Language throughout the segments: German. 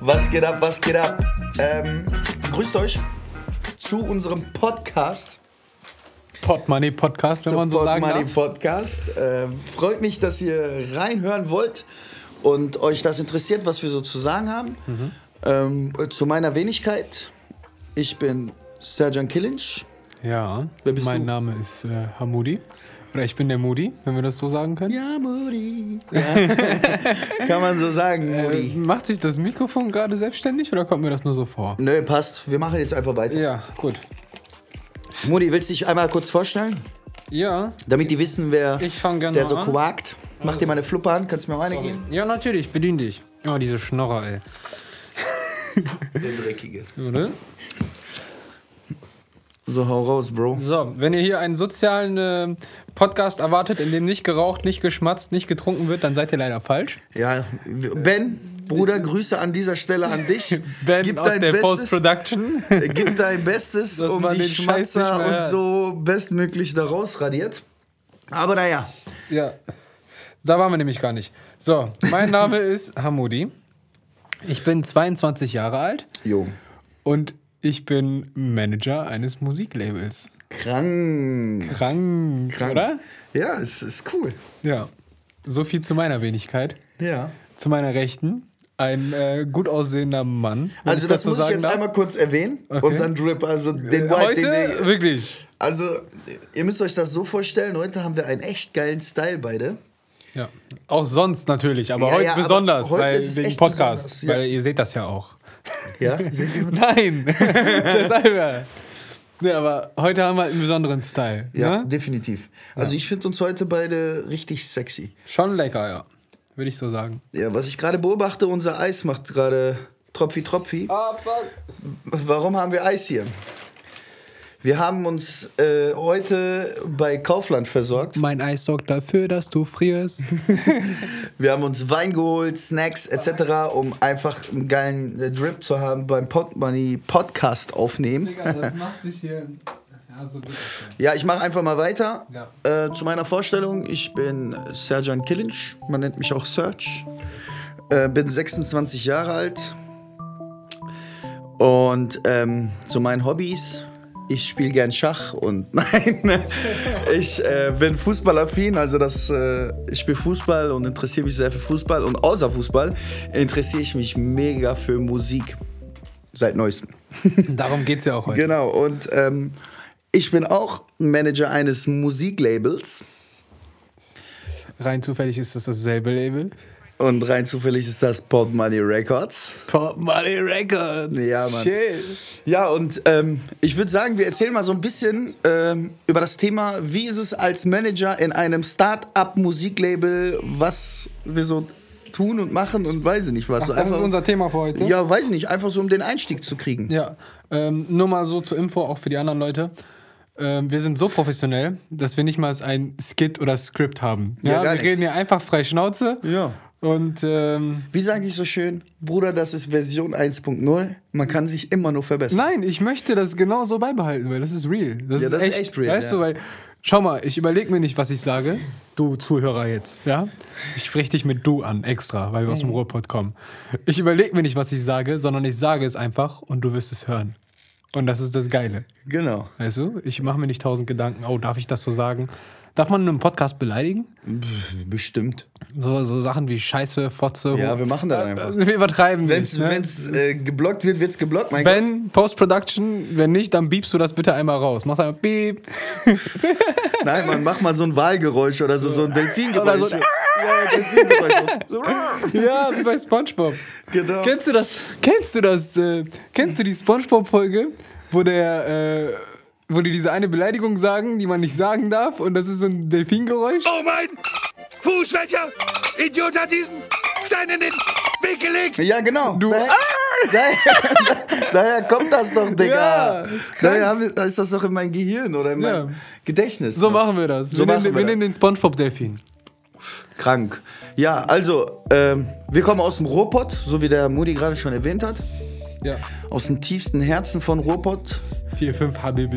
Was geht ab, was geht ab? Ähm, grüßt euch zu unserem Podcast. Podmoney Podcast, wenn zum man so sagen Money darf. Podcast. Ähm, freut mich, dass ihr reinhören wollt und euch das interessiert, was wir so zu sagen haben. Mhm. Ähm, zu meiner Wenigkeit. Ich bin Serjan Killinch. Ja, Wer bist mein du? Name ist äh, Hamudi. Oder ich bin der Moody, wenn wir das so sagen können. Ja, Moody. Ja. Kann man so sagen, Äh, Moody. macht sich das Mikrofon gerade selbstständig oder kommt mir das nur so vor? Nö, passt. Wir machen jetzt einfach weiter. Ja, gut. Moody, willst du dich einmal kurz vorstellen? Ja, Damit die wissen, wer ich fange gerne der mal so an. quakt. Mach dir mal eine Fluppe an, kannst du mir auch eine geben? Ja, natürlich, bedien dich. Oh, diese Schnorrer, ey. Der Dreckige. Oder? So, hau raus, Bro. So, wenn ihr hier einen sozialen ähm, Podcast erwartet, in dem nicht geraucht, nicht geschmatzt, nicht getrunken wird, dann seid ihr leider falsch. Ja, wir- Ben, Bruder, Grüße an dieser Stelle an dich. Ben gib aus dein der Bestes, Äh, Post-Production. gib dein Bestes, Dass um man die den Scheiß nicht Schmatzer mehr und hört. so bestmöglich da rausradiert. Aber naja, Ja. Da waren wir nämlich gar nicht. So, mein Name ist Hamudi. Ich bin 22 Jahre alt jo, und ich bin Manager eines Musiklabels. krank. Krank, Krank. oder? Ja, es ist cool. Ja. So viel zu meiner Wenigkeit. Ja. Zu meiner Rechten. Ein äh, gut aussehender Mann. wenn Also ich das, so muss ich sagen jetzt darf. einmal kurz erwähnen. Okay. Unseren Drip, also den White, Heute, den wir, wirklich. Also, ihr müsst euch das so vorstellen, heute haben wir einen echt geilen Style beide. Ja. Auch sonst natürlich, aber Ja, heute ja, aber besonders, heute weil ist es wegen echt Podcast. besonders, ja. Weil ihr seht das ja auch. Ja, seht ihr? Nein, deshalb ja. Nee, aber heute haben wir halt einen besonderen Style. Ja, Ne? definitiv. Also ich finde uns heute beide richtig sexy. Schon lecker, ja. Würde ich so sagen. Ja, was ich gerade beobachte, unser Eis macht gerade Tropfi Tropfi. Ah, fuck. Warum haben wir Eis hier? Wir haben uns äh, heute bei Kaufland versorgt. Mein Eis sorgt dafür, dass du frierst. Wir haben uns Wein geholt, Snacks etc., um einfach einen geilen äh, Drip zu haben beim Podmoney Podcast aufnehmen. Digga, das macht sich hier. Ja, so wird es Ja, ich mache einfach mal weiter. Ja. Äh, zu meiner Vorstellung, ich bin Serjan Killinch, man nennt mich auch Serge. Äh, bin 26 Jahre alt. Und ähm, zu meinen Hobbys, ich spiele gern Schach und nein, ich äh, bin fußballaffin, also das, äh, ich spiele Fußball und interessiere mich sehr für Fußball. Und außer Fußball interessiere ich mich mega für Musik. Seit neuestem. Darum geht's ja auch heute. Genau, und ähm, ich bin auch Manager eines Musiklabels. Rein zufällig ist das dasselbe Label. Und rein zufällig ist das Pop Money Records. Pop Money Records. Ja, Mann. Shit. Ja, und ähm, ich würde sagen, wir erzählen mal so ein bisschen ähm, über das Thema, wie ist es als Manager in einem Start-up-Musiklabel, was wir so tun und machen und weiß ich nicht was. So Das ist unser Thema für heute. ja, weiß ich nicht, einfach so um den Einstieg zu kriegen. Ja, ähm, nur mal so zur Info, auch für die anderen Leute. Ähm, wir sind so professionell, dass wir nicht mal ein Skit oder Skript haben. Ja, Ja, gar wir nichts. reden hier einfach frei Schnauze. Ja. Und ähm, Wie sage ich so schön, Bruder, das ist Version 1.0, man kann sich immer nur verbessern. nein, ich möchte das genau so beibehalten, weil das ist real. Das, Ja, ist, das echt, real. Weißt ja. du, weil, schau mal, ich überlege mir nicht, was ich sage. Du Zuhörer jetzt, ja? Ich spreche dich mit du an, extra, weil wir aus dem Ruhrpott kommen. Ich überlege mir nicht, was ich sage, sondern ich sage es einfach und du wirst es hören. Und das ist das Geile. Genau. Weißt du, ich mache mir nicht tausend Gedanken, oh, darf ich das so sagen? Darf man in einem Podcast beleidigen? Pff, Bestimmt. So, so Sachen wie Scheiße, Fotze. Ja, wir machen das Äh, einfach. Wir übertreiben Wenn nicht. Ne? es äh, geblockt wird, wird es geblockt, mein Gott. Ben, Post-Production, wenn nicht, dann biebst du das bitte einmal raus. Machst einmal Beep. Nein, man macht mal so ein Wahlgeräusch oder so, so ein Delfingeräusch. Oder so ein- ja, Delfingeräusch. So, Ja, wie bei Spongebob. Genau. Kennst du das? Kennst du das? Äh, kennst du die Spongebob-Folge, wo der. Äh, wo die diese eine Beleidigung sagen, die man nicht sagen darf, und das ist so ein Delfingeräusch. Oh mein Fußwäscher! Idiot hat diesen Stein in den Weg gelegt! ja, genau. Du- Ah! Daher, daher, daher kommt das doch, Ja, Digga. ist krank. daher haben wir, da ist das doch in mein Gehirn oder in Ja. mein Gedächtnis. So machen wir das. So wir machen nennen, wir wir das. nennen den Spongebob-Delfin. Krank. Ja, also, ähm, wir kommen aus dem Ruhrpott, so wie der Moody gerade schon erwähnt hat. Ja. Aus dem tiefsten Herzen von Ruhrpott. 4-5 HBB.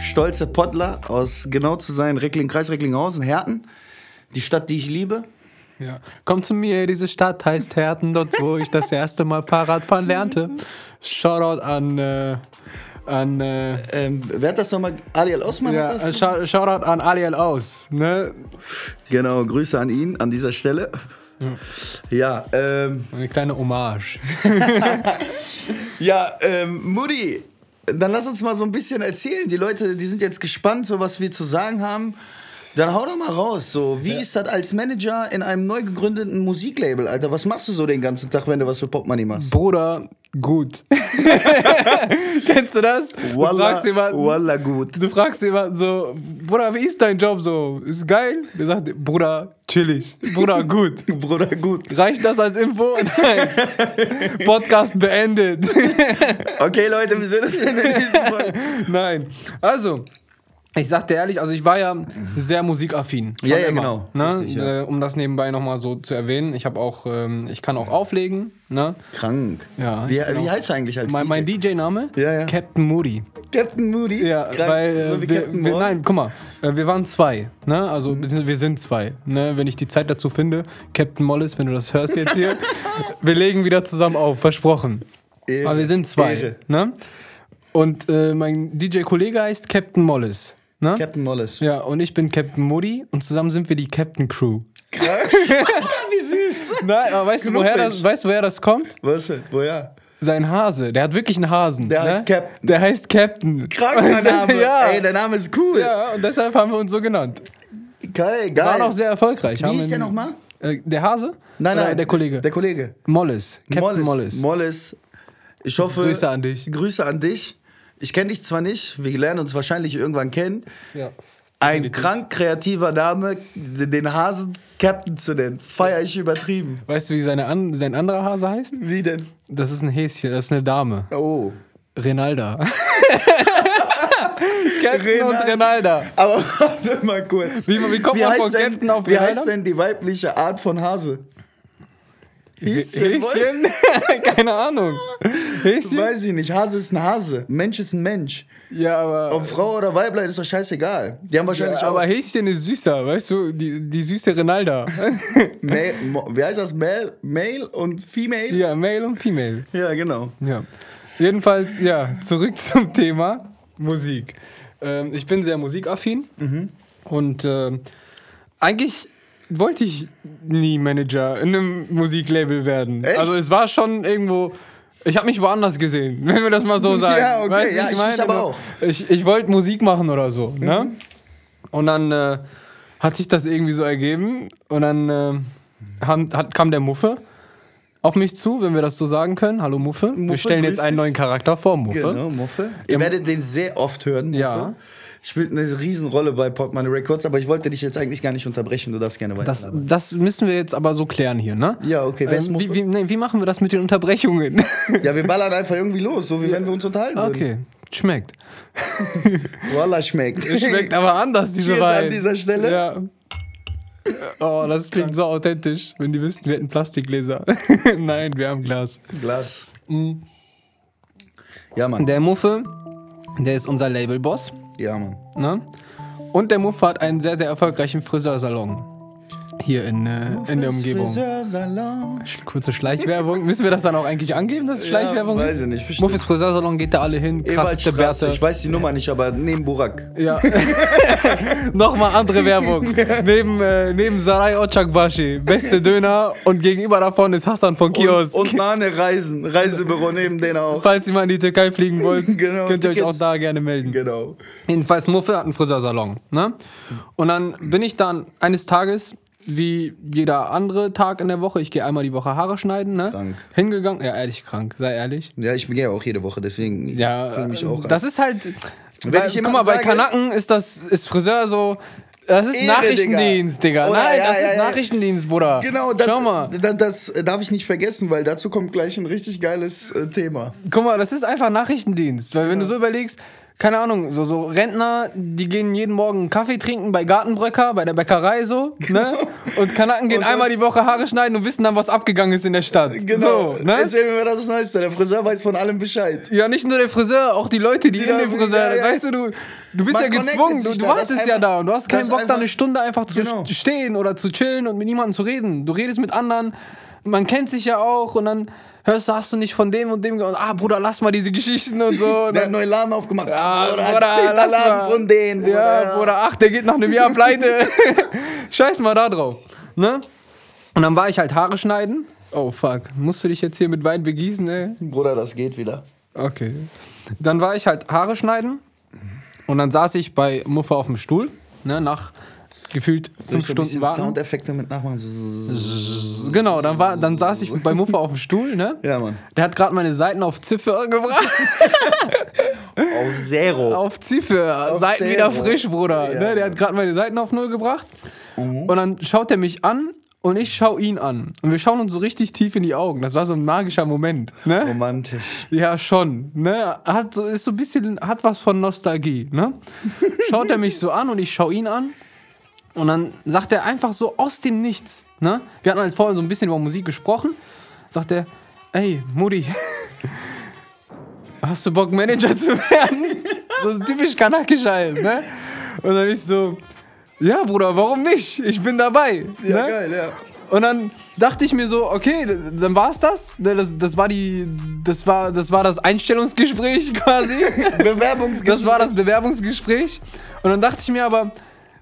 stolze Pottler aus genau zu sein Reckling, Kreis Recklinghausen, Herten. Die Stadt, die ich liebe. Ja. Komm zu mir, diese Stadt heißt Herten, dort wo ich das erste Mal Fahrradfahren lernte. Shoutout an, äh, an, äh, Ähm, wer hat das nochmal? Ariel Osman ja, hat das? äh, Shou- Shoutout an Aliel aus. Ne? Genau, Grüße an ihn an dieser Stelle. Ja, ähm, Eine kleine Hommage. ja, ähm, Moody, dann lass uns mal so ein bisschen erzählen. Die Leute, die sind jetzt gespannt, so was wir zu sagen haben. Dann hau doch mal raus, so, wie ist das als Manager in einem neu gegründeten Musiklabel, Alter? Was machst du so den ganzen Tag, wenn du was für Popmoney machst? Bruder, gut. Kennst du das? Du fragst jemanden, Walla gut. Du fragst jemanden so, Bruder, wie ist dein Job so? Ist geil? Der sagt, Bruder, chillig. Bruder, gut. Bruder, gut. Reicht das als Info? Nein. Podcast beendet. Okay, Leute, wir sehen uns in der nächsten Folge. Nein. Also, ich sag dir ehrlich, also ich war ja sehr musikaffin. Schon Ja, ja, immer, genau. Ne? Richtig, ja. Äh, Um das nebenbei nochmal so zu erwähnen, ich habe auch, ähm, ich kann auch auflegen. Ne? Krank. Ja, Wie, ich bin wie auch- heißt du eigentlich als Mein, mein DJ-Name? Ja, ja. Captain Moody. Captain Moody? Ja, Krank. weil äh, so wie wir, Captain wir, Morgan? Mhm. nein, guck mal, äh, wir waren zwei, ne? Also beziehungsweise wir sind zwei, ne? Wenn ich die Zeit dazu finde, Captain Mollis, wenn du das hörst jetzt hier, wir legen wieder zusammen auf, versprochen. Ehre. Aber wir sind zwei, Ehre. ne? Und äh, mein DJ-Kollege heißt Captain Mollis, ne? Captain Mollis. ja, und ich bin Captain Moody und zusammen sind wir die Captain Crew. Wie süß. Nein, aber weißt du, woher Knuffig. das, weißt du, woher das kommt? Was? Woher? Sein Hase, der hat wirklich einen Hasen. Der ne? heißt Captain. Der heißt Captain. Kranker Und das- Name. Ja. Ey, der Name ist cool. ja, und deshalb haben wir uns so genannt. Geil, War geil. noch sehr erfolgreich. Wie Haben hieß der in- nochmal? Äh, der Hase? Nein, Oder nein. Der Kollege. Der Kollege. Mollis. Captain Mollis. Mollis. Mollis. Ich hoffe. Grüße an dich. Grüße an dich. Ich kenne dich zwar nicht, wir lernen uns wahrscheinlich irgendwann kennen. Ja. Ein krank kreativer Name, den Hasen Captain zu nennen, feier ich übertrieben. Weißt du, wie seine an, sein anderer Hase heißt? Wie denn? Das ist ein Häschen, das ist eine Dame. Oh. Renalda. Captain und Renal- Renalda. Aber warte mal kurz. Wie- wie kommt man heißt von denn, Captain auf Wie Renalda? heißt denn die weibliche Art von Hase? Häschen, Wolf? Häschen? Keine Ahnung. Häschen? Weiß ich nicht. Hase ist ein Hase. Mensch ist ein Mensch. Ja, aber. Ob Frau oder Weiblein ist doch scheißegal. Die haben wahrscheinlich Ja, aber auch. Häschen ist süßer, weißt du? Die, die süße Renalda. Male, Mo- wie heißt das? Male, Male und Female? ja, Male und Female. Ja, genau. Ja. Jedenfalls, ja, zurück zum Thema Musik. Ähm, ich bin sehr musikaffin Mhm. und ähm, eigentlich wollte ich nie Manager in einem Musiklabel werden. Echt? Also es war schon irgendwo. Ich habe mich woanders gesehen, wenn wir das mal so sagen. Ja, okay, Weißt du, ja, wie ich mich aber Ne? auch. Mhm. Ich, ich wollte Musik machen oder so. Ne? Und dann äh, hat sich das irgendwie so ergeben. Und dann äh, haben, hat, kam der Muffe auf mich zu, wenn wir das so sagen können. Hallo Muffe. wir Muffe, stellen jetzt grüß einen dich. neuen Charakter vor, Muffe. Genau, Muffe. Ihr werdet den sehr oft hören, Muffe. Ja. Spielt eine Riesenrolle bei Portman Records, aber ich wollte dich jetzt eigentlich gar nicht unterbrechen. Du darfst gerne weiter. Das, das müssen wir jetzt aber so klären hier, ne? Ja, okay, wer ist Ähm, wie, Muffe? wie, nee, wie machen wir das mit den Unterbrechungen? ja, wir ballern einfach irgendwie los, so wie wenn wir uns unterhalten würden. okay, schmeckt. Voila, schmeckt. Schmeckt aber anders, diese Cheers Wein. an dieser Stelle. Ja. Oh, das klingt so authentisch, wenn die wüssten, wir hätten Plastikgläser. Nein, wir haben Glas. Glas. Ja, Mann. Mhm. Der Muffe, der ist unser Labelboss. Ja, Mann. Ne? Und der Muffe hat einen sehr, sehr erfolgreichen Friseursalon. Hier in, äh, in der Umgebung. Friseursalon. Kurze Schleichwerbung. Müssen wir das dann auch eigentlich angeben, dass es Schleichwerbung weiß ist? ich nicht, bestimmt. Muffes Friseursalon geht da alle hin. Krasseste Ebertstraße. Bärte. Ich weiß die Nummer nicht, aber neben Burak. Ja. Nochmal andere Werbung. neben, äh, neben Sarai Ochakbashi, beste Döner. Und gegenüber davon ist Hassan von Kiosk. Und Nane Reisen. Reisebüro neben denen auch. Falls ihr mal in die Türkei fliegen wollt, Genau, könnt ihr euch auch Tickets. da gerne melden. Genau. Jedenfalls, Muffe hat einen Friseursalon. Ne? Und dann bin ich dann eines Tages, wie jeder andere Tag in der Woche, ich gehe einmal die Woche Haare schneiden, ne? Krank. hingegangen. Ja, ehrlich krank, sei ehrlich. Ja, ich gehe ja auch jede Woche, deswegen Ja, fühle mich äh, auch. das ist halt. Wenn weil, ich guck jemandem mal, bei sage- Kanaken ist das ist Friseur so. Das ist Ehre, Nachrichtendienst, Digga. Digga. Oder- Nein, ja, das ja, ist ja. Nachrichtendienst, Bruder. Genau, das, Schau mal. Das, das äh, darf ich nicht vergessen, weil dazu kommt gleich ein richtig geiles äh, Thema. Guck mal, das ist einfach Nachrichtendienst. Weil wenn du so überlegst, keine Ahnung, so, so Rentner, die gehen jeden Morgen einen Kaffee trinken bei Gartenbröcker, bei der Bäckerei so, ne? Und Kanaken gehen Und einmal das- die Woche Haare schneiden und wissen dann, was abgegangen ist in der Stadt. Genau. So, ne? Erzähl mir, wer das Neueste. Der Friseur weiß von allem Bescheid. Ja, nicht nur der Friseur, auch die Leute, die Ja, in dem Friseur, Genau, ja, ja. weißt du, du, du bist Man ja connectet gezwungen, sich du, du da, das wartest einfach- ja da und du hast keinen das Bock, da einfach- eine Stunde einfach zu Genau. stehen oder zu chillen und mit niemandem zu reden. Du redest mit anderen, man kennt sich ja auch und dann hörst du, hast du nicht von dem und dem, ge- und, ah Bruder, lass mal diese Geschichten und so. Der Und hat dann, einen neuen Laden aufgemacht. Ne? ah, Bruder, Bruder, zehnter lass mal. Laden von denen. Ja, Bruder, ach, der geht nach einem Jahr pleite. Scheiß mal da drauf, ne? Und dann war ich halt Haare schneiden. Oh fuck, musst du dich jetzt hier mit Wein begießen, ey? Bruder, das geht wieder. Okay. Dann war ich halt Haare schneiden und dann saß ich bei Muffa auf dem Stuhl, ne, nach gefühlt fünf So ein Stunden bisschen warten. Soundeffekte mit nachmachen. So- Genau, dann, war, dann saß ich bei Muffa auf dem Stuhl, ne? Ja, Mann. Der hat gerade meine Seiten auf Ziffer gebracht. Auf Zero. Auf Ziffer. Seiten Also Zero. wieder frisch, Bruder. Ja, Mhm. ne? Der Mann. hat gerade meine Seiten auf Null gebracht. Und dann schaut er mich an und ich schau ihn an. Und wir schauen uns so richtig tief in die Augen. Das war so ein magischer Moment, ne? Oh Romantisch. Ja, schon. Ne? Hat so, ist so ein bisschen, hat was von Nostalgie. Ne? Schaut er mich so an und ich schaue ihn an. Und dann sagt er einfach so aus dem Nichts. Ne? Wir hatten halt vorhin so ein bisschen über Musik gesprochen. Sagt er, ey, Mutti, hast du Bock, Manager zu werden? So ein typisch kanakischer halt, ne? Und dann ist so, ja, Bruder, warum nicht? Ich bin dabei. ne? ja. Und dann dachte ich mir so, okay, d- dann war's das. Ne, Das, das war die, das war, das war das Einstellungsgespräch quasi. Bewerbungsgespräch. Das war das Bewerbungsgespräch. Und dann dachte ich mir aber,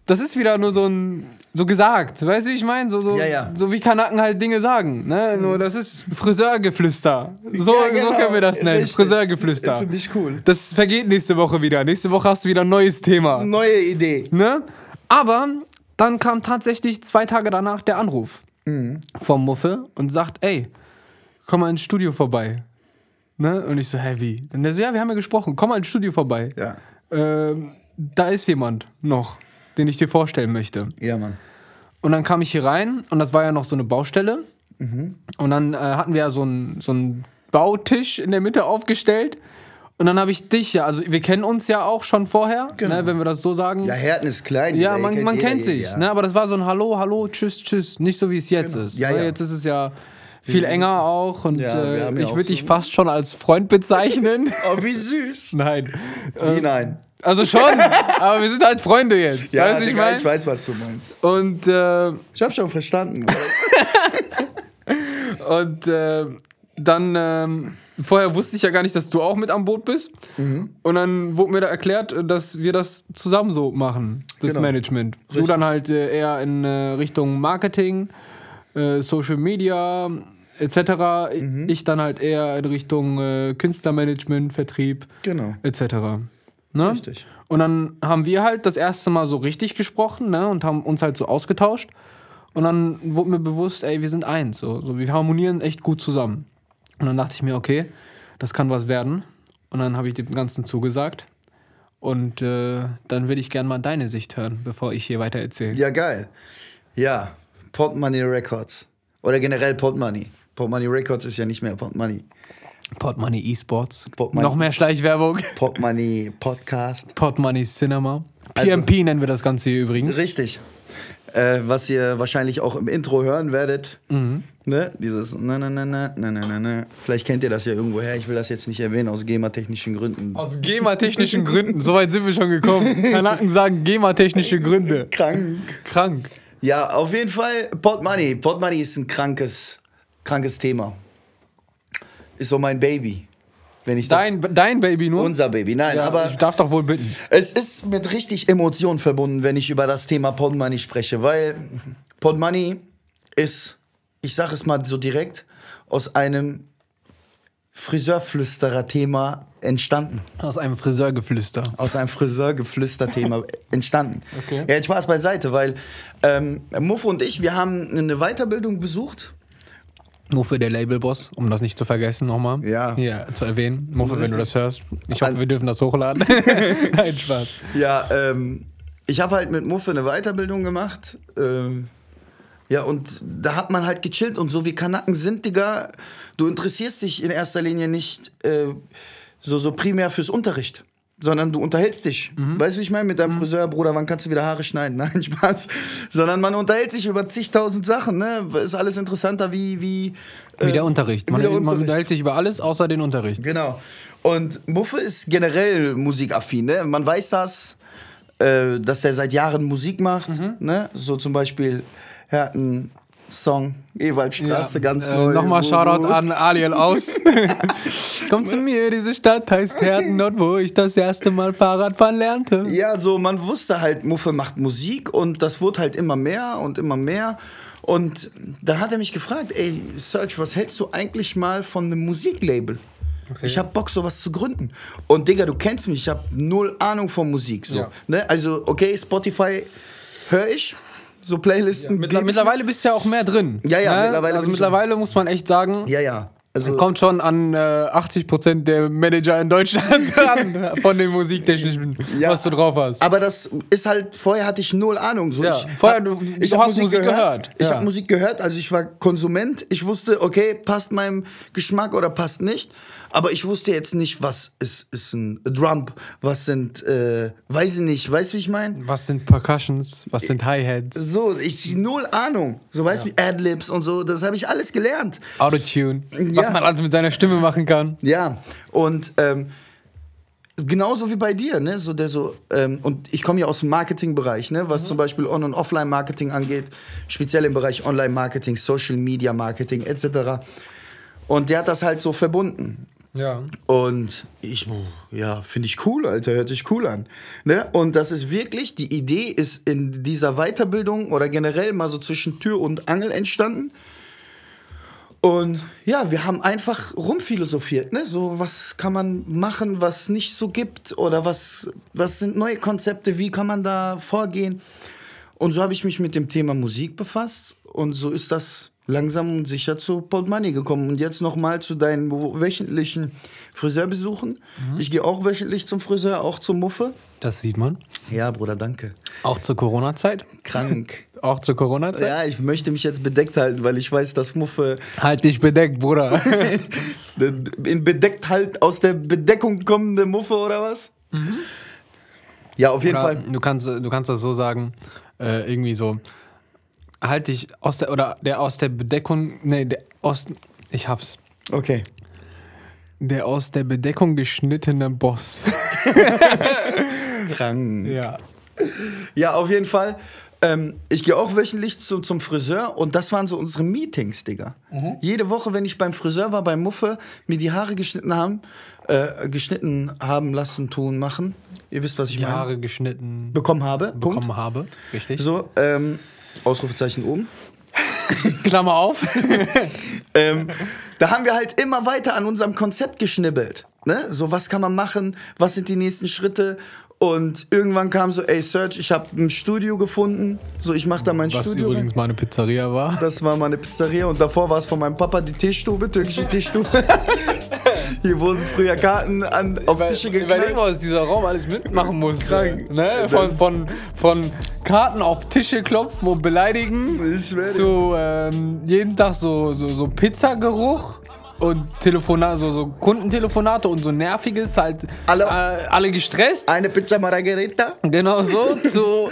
das ist wieder nur so ein, so gesagt. Weißt du, wie ich meine? So, so, Ja, ja. so wie Kanaken halt Dinge sagen. Ne? Nur das ist Friseurgeflüster. So, Ja, genau. so können wir das nennen. Richtig. Friseurgeflüster. Finde ich cool. Das vergeht nächste Woche wieder. Nächste Woche hast du wieder ein neues Thema. Neue Idee. Ne? Aber dann kam tatsächlich zwei Tage danach der Anruf Mhm. vom Muffe und sagt, ey, komm mal ins Studio vorbei. Ne? Und ich so, hä, wie? Dann der so, ja, wir haben ja gesprochen, komm mal ins Studio vorbei. Ja. Ähm, da ist jemand noch, den ich dir vorstellen möchte. Ja, Mann. Und dann kam ich hier rein und das war ja noch so eine Baustelle. Mhm. Und dann äh, hatten wir ja so einen so einen Bautisch in der Mitte aufgestellt. Und dann habe ich dich ja, also wir kennen uns ja auch schon vorher, ne, wenn wir das so sagen. Genau. Ja, Herten ist klein. Ja, jeder man, man jeder, kennt jeder, sich, ja. Genau. ne? aber das war so ein Hallo, Hallo, Tschüss, Tschüss. Nicht so, wie es jetzt ist. Ja, ne? ja. Jetzt ist es ja viel enger auch und Ja, wir äh, haben ja ich auch würde so- dich fast schon als Freund bezeichnen. Oh, wie süß. Nein. Wie nein. Also schon, aber wir sind halt Freunde jetzt. Ja, weißt du, wie ich Digga, ich meine? weiß, was du meinst. Und, äh, Ich hab schon verstanden. und äh, dann, ähm, vorher wusste ich ja gar nicht, dass du auch mit am Boot bist. Mhm. Und dann wurde mir da erklärt, dass wir das zusammen so machen, das Genau. Management. Du Richtig. dann halt äh, eher in äh, Richtung Marketing, äh, Social Media etc. Mhm. Ich dann halt eher in Richtung äh, Künstlermanagement, Vertrieb genau. etc. Ne? Richtig. Und dann haben wir halt das erste Mal so richtig gesprochen ne? und haben uns halt so ausgetauscht. Und dann wurde mir bewusst, ey, wir sind eins. So, so, wir harmonieren echt gut zusammen. Und dann dachte ich mir, okay, das kann was werden. Und dann habe ich dem Ganzen zugesagt. Und äh, dann würde ich gerne mal deine Sicht hören, bevor ich hier weiter erzähle. Ja, geil. Ja, Portemoney Records. Oder generell Portemoney. Portemoney Records ist ja nicht mehr Portemoney. Portmoney Esports. Portemoney- Noch mehr Schleichwerbung. Portemoney Podcast. Portmoney Cinema. PMP nennen wir das Ganze hier übrigens. Richtig. Äh, was ihr wahrscheinlich auch im Intro hören werdet. Mhm. Ne? Dieses na na na na na na na na. Vielleicht kennt ihr das ja irgendwoher. Ich will das jetzt nicht erwähnen aus GEMA-technischen Gründen. Aus GEMA-technischen Gründen, soweit sind wir schon gekommen. Kanaken sagen GEMA-technische Gründe. Krank. Krank. Ja, auf jeden Fall Portemoney. Portemoney ist ein krankes, krankes Thema. Ist so mein Baby. Wenn ich Dein, dein Baby das, nur? unser Baby. Nein, ja, aber ich darf doch wohl bitten. Es ist mit richtig Emotionen verbunden, wenn ich über das Thema Podmoney spreche, weil Podmoney ist, ich sage es mal so direkt, aus einem Friseurflüsterer-Thema entstanden. Aus einem Friseurgeflüster. Aus einem Friseurgeflüster-Thema entstanden. Okay. Ja, jetzt Spaß beiseite, weil ähm, Muff und ich, wir haben eine Weiterbildung besucht. Nur für der Labelboss, um das nicht zu vergessen nochmal. Ja. Ja, zu erwähnen. Muffe, wenn du das hörst. Ich hoffe, An- wir dürfen das hochladen. Nein, Spaß. Ja, ähm, ich habe halt mit Muffe eine Weiterbildung gemacht. Ähm, ja, und da hat man halt gechillt und so wie Kanaken sind, Digga, du interessierst dich in erster Linie nicht äh, so, so primär fürs Unterricht. sondern du unterhältst dich. Mhm. Weißt du, wie ich meine? Mit deinem Friseur, Bruder, wann kannst du wieder Haare schneiden? Nein, Spaß. Sondern man unterhält sich über zigtausend Sachen, ne? Ist alles interessanter wie. wie äh, Wie der Unterricht. Man, wie der man Unterricht. unterhält sich über alles außer den Unterricht. Genau. Und Muffe ist generell musikaffin, ne? Man weiß das, äh, dass er seit Jahren Musik macht, Mhm. ne? So zum Beispiel, er hat einen Song, Ewaldstraße, ganz äh, neu. Nochmal Wuhu. Shoutout an Aliel aus. Komm zu mir, diese Stadt heißt Herten, dort wo ich das erste Mal Fahrradfahren lernte. Ja, so man wusste halt, Muffe macht Musik und das wurde halt immer mehr und immer mehr. Und dann hat er mich gefragt, ey, Serge, was hältst du eigentlich mal von einem Musiklabel? Ich hab Bock, sowas zu gründen. Und Digga, du kennst mich, ich hab null Ahnung von Musik. So, Ja. ne? Also, okay, Spotify höre ich, so Playlisten. Mittler lieb ich. mittlerweile bist du ja auch mehr drin. Ja, ja, mittlerweile bin Also ich- mittlerweile muss man echt sagen, Ja, ja. Also, kommt schon an äh, 80% der Manager in Deutschland an von den musiktechnischen, Ja. was du drauf hast. Aber das ist halt, vorher hatte ich null Ahnung. So, Ja, ich, vorher, hab- du- du hab hast Musik gehört. Ich Ja. habe Musik gehört, also ich war Konsument. Ich wusste, okay, passt meinem Geschmack oder passt nicht. Aber ich wusste jetzt nicht, was ist, ist ein Drump, was sind, äh, weiß ich nicht, weißt du, wie ich meine? Was sind Percussions? Was sind Hi-Hats? So, ich null Ahnung. So, weißt du, wie Adlibs und so, das habe ich alles gelernt. Autotune? Ja. Was man alles mit seiner Stimme machen kann? Ja, und ähm, genauso wie bei dir, ne? So der so, ähm, und ich komme ja aus dem Marketingbereich, ne? Was zum Beispiel On- und Offline-Marketing angeht, speziell im Bereich Online-Marketing, Social Media Marketing etc. Und der hat das halt so verbunden. Ja. Und ich, ja, finde ich cool, Alter, hört sich cool an. Ne? Und das ist wirklich, die Idee ist in dieser Weiterbildung oder generell mal so zwischen Tür und Angel entstanden. Und ja, wir haben einfach rumphilosophiert, ne? So, was kann man machen, was nicht so gibt oder was, was sind neue Konzepte, wie kann man da vorgehen? Und so habe ich mich mit dem Thema Musik befasst und so ist das langsam und sicher zu Portemonnaie gekommen. Und jetzt nochmal zu deinen wo- wöchentlichen Friseurbesuchen. Ich gehe auch wöchentlich zum Friseur, auch zur Muffe. Das sieht man. Ja, Bruder, danke. Auch zur Corona-Zeit? Krank. Auch zur Corona-Zeit? ja, ich möchte mich jetzt bedeckt halten, weil ich weiß, dass Muffe Halt dich bedeckt, Bruder. in bedeckt halt aus der Bedeckung kommende Muffe oder was? Ja, auf jeden Oder Fall. du kannst, du kannst das so sagen, äh, irgendwie so, halt dich aus der, oder der aus der Bedeckung, nee, der aus, ich hab's. Okay. Der aus der Bedeckung geschnittene Boss. Krank. Ja. Ja, auf jeden Fall. Ähm, ich gehe auch wöchentlich zu, zum Friseur und das waren so unsere Meetings, Digga. Mhm. Jede Woche, wenn ich beim Friseur war, bei Muffe, mir die Haare geschnitten haben, äh, geschnitten haben lassen, tun, machen. Ihr wisst, was ich Die meine. Haare geschnitten Bekommen habe. Punkt. bekommen habe. Richtig. So, ähm, Ausrufezeichen oben. Klammer auf. ähm, da haben wir halt immer weiter an unserem Konzept geschnibbelt. Ne? So, was kann man machen? Was sind die nächsten Schritte? Und irgendwann kam so, ey, Serge, ich habe ein Studio gefunden. So, ich mache da mein Was Studio. rein. übrigens meine Pizzeria war. Das war meine Pizzeria und davor war es von meinem Papa die Tischstube, türkische Tischstube. Hier wurden früher Karten an, auf Tische Überleg geknallt. mal, was dieser Raum alles mitmachen muss. Krank. Ne? Von, von, von Karten auf Tische klopfen und beleidigen. Ich schwöre dir. zu ähm, jeden Tag so, so, so Pizzageruch und Telefonate, so, so Kundentelefonate und so nerviges, halt Alle- äh, alle gestresst. Eine Pizza Margarita. Genau so, zu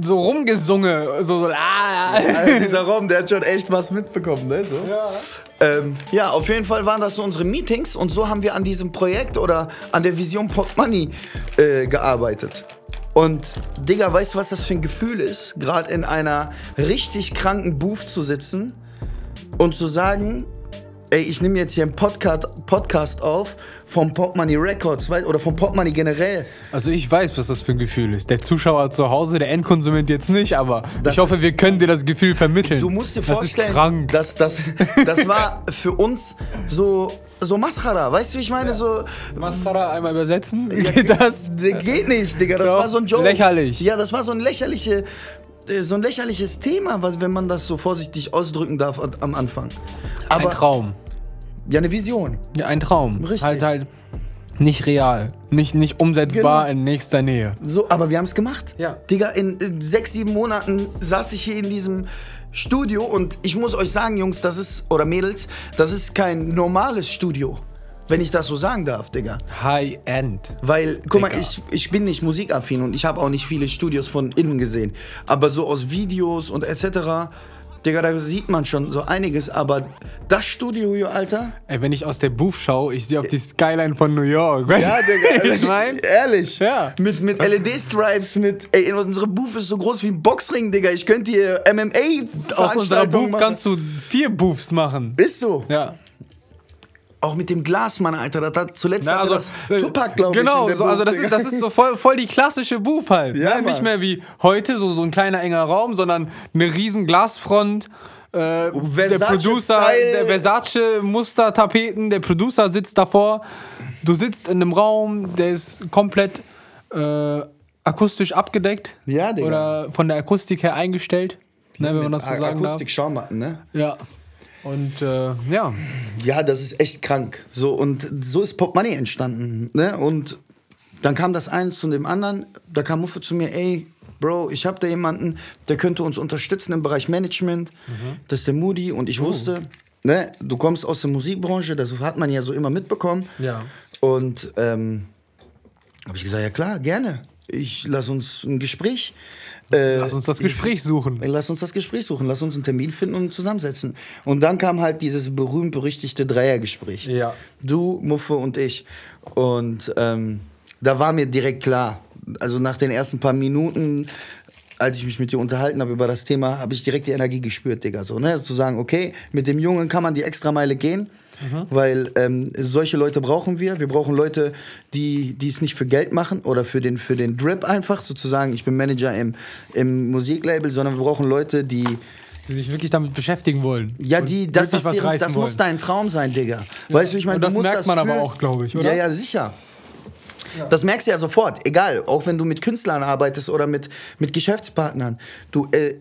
so rumgesunge, so, so ah, ah. Also dieser Raum, der hat schon echt was mitbekommen, ne? So. Ja. Ähm, ja, auf jeden Fall waren das so unsere Meetings und so haben wir an diesem Projekt oder an der Vision Portemonnaie äh, gearbeitet. Und Digga, weißt du, was das für ein Gefühl ist, gerade in einer richtig kranken Booth zu sitzen und zu sagen, ey, ich nehme jetzt hier einen Podcast, Podcast auf vom Portemonnaie Records wei- oder vom Portemonnaie generell. Also ich weiß, was das für ein Gefühl ist. Der Zuschauer zu Hause, der Endkonsument jetzt nicht, aber Das ich hoffe, ist- wir können dir das Gefühl vermitteln. Du musst dir das vorstellen, ist krank. Das, das, das war für uns so, so Mascara. Weißt du, wie ich meine? So, Mascara einmal übersetzen, geht genau. das? geht nicht, Digga. Das Doch, war so ein Joke. lächerlich. Ja, das war so ein lächerliche. äh, So ein lächerliches Thema, was, wenn man das so vorsichtig ausdrücken darf at- am Anfang. Ein Aber Traum. ja, eine Vision. Ja, ein Traum. Richtig. Halt halt nicht real, nicht, nicht umsetzbar Genau. in nächster Nähe. So, aber wir haben es gemacht. Ja. Digga, in äh, sechs, sieben Monaten saß ich hier in diesem Studio und ich muss euch sagen, Jungs, das ist, oder Mädels, das ist kein normales Studio. wenn ich das so sagen darf, Digga. High-End. Weil, guck mal, Digga. ich, ich bin nicht musikaffin und ich habe auch nicht viele Studios von innen gesehen. Aber so aus Videos und etc., Digga, da sieht man schon so einiges. Aber das Studio, hier, Alter, Ey, wenn ich aus der Booth schaue, ich sehe auf die Skyline von New York. Weißt ja, Digga. ich mein, Ehrlich? Ja. Mit, mit LED-Stripes, mit. Ey, unsere Booth ist so groß wie ein Boxring, Digga. Ich könnte hier MMA aus unserer Booth machen. kannst du vier Booths machen. Ist so. Ja. Auch mit dem Glas, Mann, Alter. Das hat zuletzt Na, hatte also, das Tupac, glaube genau, ich. in der so, also Booth, das ist, Digga. das ist so voll, voll die klassische Booth halt. Ja, ne? Nicht Mann. mehr wie heute, so, so ein kleiner enger Raum, sondern eine riesen Glasfront. Äh, der Producer, Versace-Style. der Versace-Mustertapeten, der Producer sitzt davor. Du sitzt in einem Raum, der ist komplett äh, akustisch abgedeckt. Ja, Digga. Oder von der Akustik her eingestellt. Ne, wenn man das so A- sagen darf. Akustik, Schaumatten, ne? Ja. Und äh, ja. Ja, das ist echt krank. So, und so ist Pop Money entstanden. Ne? Und dann kam das eins zu dem anderen. Da kam Muffe zu mir, ey, Bro, ich habe da jemanden, der könnte uns unterstützen im Bereich Management. Das ist der Moody. Und ich wusste, ne, du kommst aus der Musikbranche, das hat man ja so immer mitbekommen. Ja. Und ähm, habe ich gesagt, ja klar, gerne. Ich lass uns ein Gespräch. äh, Lass uns das Gespräch suchen. Lass uns das Gespräch suchen, lass uns einen Termin finden und zusammensetzen. Und dann kam halt dieses berühmt-berüchtigte Dreiergespräch. Ja. Du, Muffe und ich. Und ähm, da war mir direkt klar, also nach den ersten paar Minuten, als ich mich mit dir unterhalten habe über das Thema, habe ich direkt die Energie gespürt, Digga. So, ne? Zu sagen, okay, mit dem Jungen kann man die extra Meile gehen, weil ähm, solche Leute brauchen wir. Wir brauchen Leute, die die es nicht für Geld machen oder für den, für den Drip einfach, sozusagen. Ich bin Manager im, im Musiklabel, sondern wir brauchen Leute, die die sich wirklich damit beschäftigen wollen. ja, Und die, das, das, wirklich was deren, reißen das wollen. muss dein Traum sein, Digga. Weißt du, ich meine, Und du das musst merkt man aber fühlen. auch, glaub ich, oder? Ja, ja, sicher. Das merkst du ja sofort, egal, auch wenn du mit Künstlern arbeitest oder mit, mit Geschäftspartnern. Du, äh, du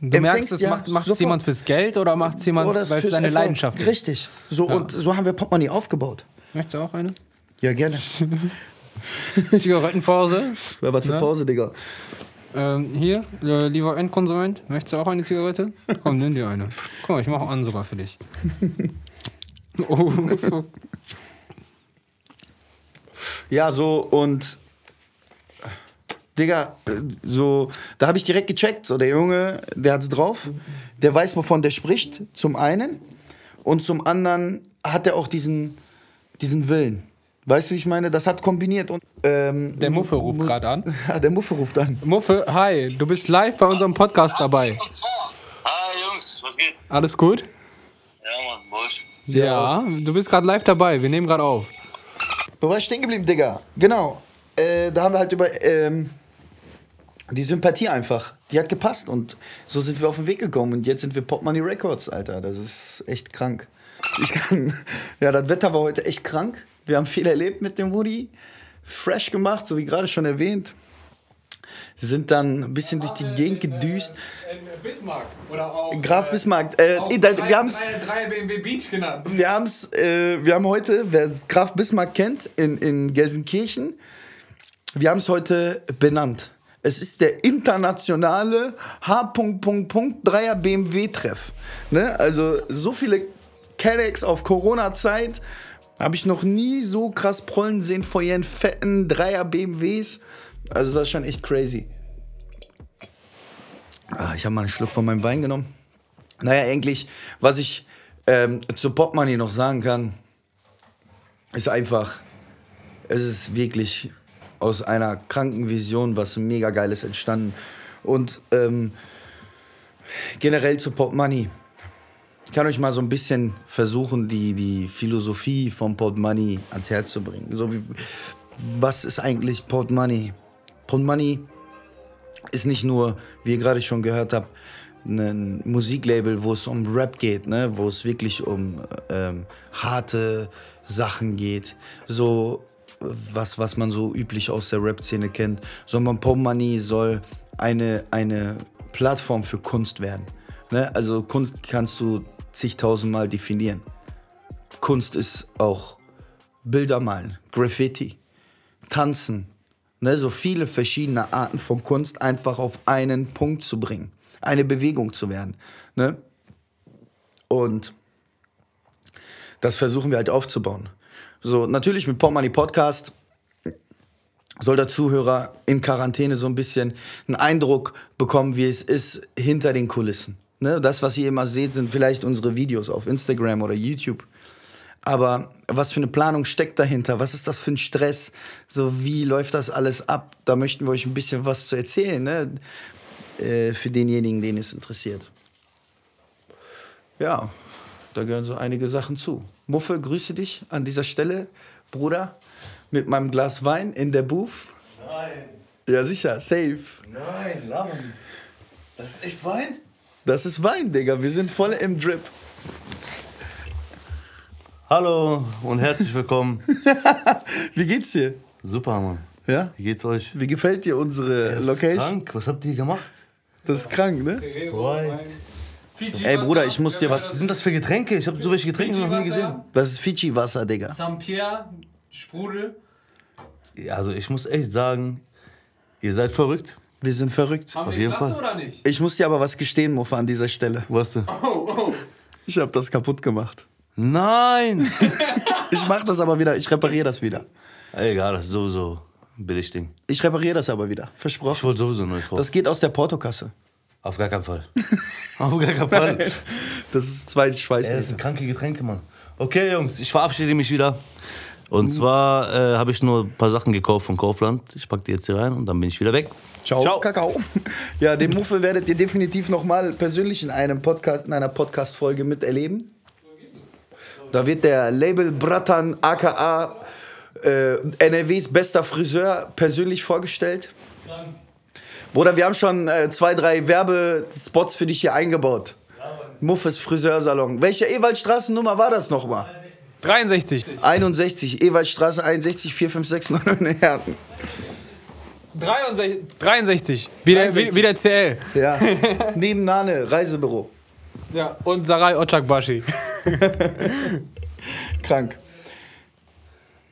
merkst, empfängst, es ja, macht macht es sofort. jemand fürs Geld oder macht es jemand, oder es weil es fürs seine Erfolg. Leidenschaft ist. Richtig. So, Und so haben wir Popmoney aufgebaut. Möchtest du auch eine? Ja, gerne. Zigarettenpause. Ja, was für Ja. Pause, Digga. Ähm, hier, äh, lieber Endkonsument, möchtest du auch eine Zigarette? Komm, nimm dir eine. Guck mal, ich mache an sogar für dich. Oh, fuck. Ja, so und. Digga, äh, so, da habe ich direkt gecheckt. So, der Junge, der hat's drauf. Der weiß, wovon der spricht, zum einen. Und zum anderen hat er auch diesen, diesen Willen. Weißt du, wie ich meine? Das hat kombiniert. Und, ähm, Der Muffe ruft gerade an. Ah, der Muffe ruft an. Muffe, hi, du bist live bei unserem Podcast dabei. Hi Jungs, was geht? Alles gut? Ja Mann, Wolf. Ja, du bist gerade live dabei. Wir nehmen gerade auf. Wo war ich stehen geblieben, Digga? Genau. Äh, da haben wir halt über ähm, die Sympathie einfach. Die hat gepasst und so sind wir auf den Weg gekommen und jetzt sind wir Pop Money Records, Alter. Das ist echt krank. Ich kann. Ja, das Wetter war heute echt krank. Wir haben viel erlebt mit dem Woody. Fresh gemacht, so wie gerade schon erwähnt. Sind dann ein bisschen durch die Gegend gedüst. Äh, Bismarck oder auch. Graf Bismarck, äh, äh, da- wir haben's- BMW Beach genannt. Wir, haben's, äh, wir haben heute, wer Graf Bismarck kennt, in, in Gelsenkirchen, wir haben es heute benannt. Es ist der internationale H. Dreier BMW-Treff. Ne? Also so viele Cadex auf Corona-Zeit habe ich noch nie so krass prollen sehen vor ihren fetten Dreier BMWs. Also das ist schon echt crazy. Ah, ich habe mal einen Schluck von meinem Wein genommen. Naja, eigentlich, was ich ähm, zu Popmoney noch sagen kann, ist einfach, es ist wirklich aus einer kranken Vision was mega Geiles entstanden. Und ähm, generell zu Popmoney. Ich kann euch mal so ein bisschen versuchen, die, die Philosophie von Portmoney ans Herz zu bringen. So wie, was ist eigentlich Portmoney? Portmoney ist nicht nur, wie ihr gerade schon gehört habt, ne, ein Musiklabel, wo es um Rap geht, ne? wo es wirklich um ähm, harte Sachen geht, so äh, was, was man so üblich aus der Rap-Szene kennt, sondern Pomani soll eine, eine Plattform für Kunst werden. Ne? Also Kunst kannst du zigtausendmal definieren. Kunst ist auch Bilder malen, Graffiti, Tanzen, ne, so viele verschiedene Arten von Kunst einfach auf einen Punkt zu bringen, eine Bewegung zu werden. Ne? Und Das versuchen wir halt aufzubauen. So, natürlich mit Pomani Podcast soll der Zuhörer in Quarantäne so ein bisschen einen Eindruck bekommen, wie es ist hinter den Kulissen. Ne? Das, was ihr immer seht, sind vielleicht unsere Videos auf Instagram oder YouTube. Aber was für eine Planung steckt dahinter? Was ist das für ein Stress? So, wie läuft das alles ab? Da möchten wir euch ein bisschen was zu erzählen, ne? äh, für denjenigen, den es interessiert. Ja, da gehören so einige Sachen zu. Muffe, grüße dich an dieser Stelle, Bruder, mit meinem Glas Wein in der Booth. Nein, Ja, sicher, safe. nein, laber nicht. Das ist echt Wein? Das ist Wein, Digga. Wir sind voll im Drip. Hallo und herzlich willkommen. Wie geht's dir? Super, Mann. Ja? Wie geht's euch? Wie gefällt dir unsere Das ist Äh, Location? Krank. Was habt ihr gemacht? Das ist krank, ne? Wein. Ey, Bruder, ich muss dir Was was. sind das für Getränke? Ich habe so welche Getränke noch nie gesehen. Das ist Fidschi-Wasser, Digga. St. Pierre, Sprudel. Ja, Also ich muss echt sagen, ihr seid verrückt. Wir sind verrückt. Haben Auf wir jeden Klasse Fall. oder nicht? Ich muss dir aber was gestehen, Muffe, an dieser Stelle. Was denn? Oh, oh. Ich hab das kaputt gemacht. Nein! Ich mach das aber wieder. Ich repariere das wieder. Egal, das ist sowieso ein billig Ding. Ich repariere das aber wieder. Ich Versprochen. wollte sowieso neu drauf. Das geht aus der Portokasse. Auf gar keinen Fall. Auf gar keinen Fall. Das ist zwei Ey, das Schweißnähte. sind kranke Getränke, Mann. Okay, Jungs, ich verabschiede mich wieder. Und zwar äh, habe ich nur ein paar Sachen gekauft von Kaufland. Ich packe die jetzt hier rein und dann bin ich wieder weg. Ciao, Kakao. Ja, den Muffe werdet ihr definitiv nochmal persönlich in, einem Podcast, in einer Podcast-Folge miterleben. Da wird der Label Bratan aka äh, NRWs bester Friseur persönlich vorgestellt. Bruder, wir haben schon äh, zwei, drei Werbespots für dich hier eingebaut. Muffes Friseursalon. Welche Ewaldstraßennummer war das nochmal? 63. 61, Ewaldstraße 61, 45699 Herten. 63. 63. Wie, der, wie, wie der CL. Ja, neben Nane, Reisebüro. Ja. Und Sarai Otschakbashi. Krank.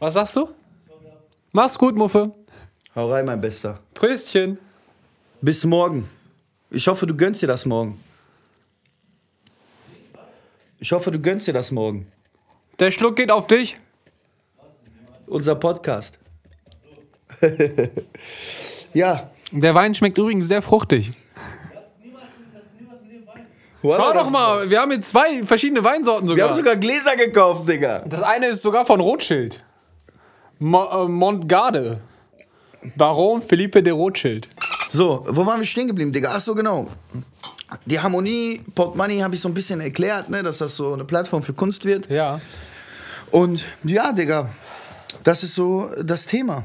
Was sagst du? Mach's gut, Muffe. Hau rein, mein Bester. Pröstchen. Bis morgen. Ich hoffe, du gönnst dir das morgen. Ich hoffe, du gönnst dir das morgen. Der Schluck geht auf dich. Unser Podcast. ja. Der Wein schmeckt übrigens sehr fruchtig. Schau Voila, doch das- mal, wir haben hier zwei verschiedene Weinsorten Wir sogar. haben sogar Gläser gekauft, Digga. das eine ist sogar von Rothschild. Mo äh, Montgarde. Baron Philippe de Rothschild. So, wo waren wir stehen geblieben, Digga? Ach so, genau. Die Harmonie, Portmoney habe ich so ein bisschen erklärt, ne, dass das so eine Plattform für Kunst wird. Ja. Und ja, Digga, das ist so das Thema,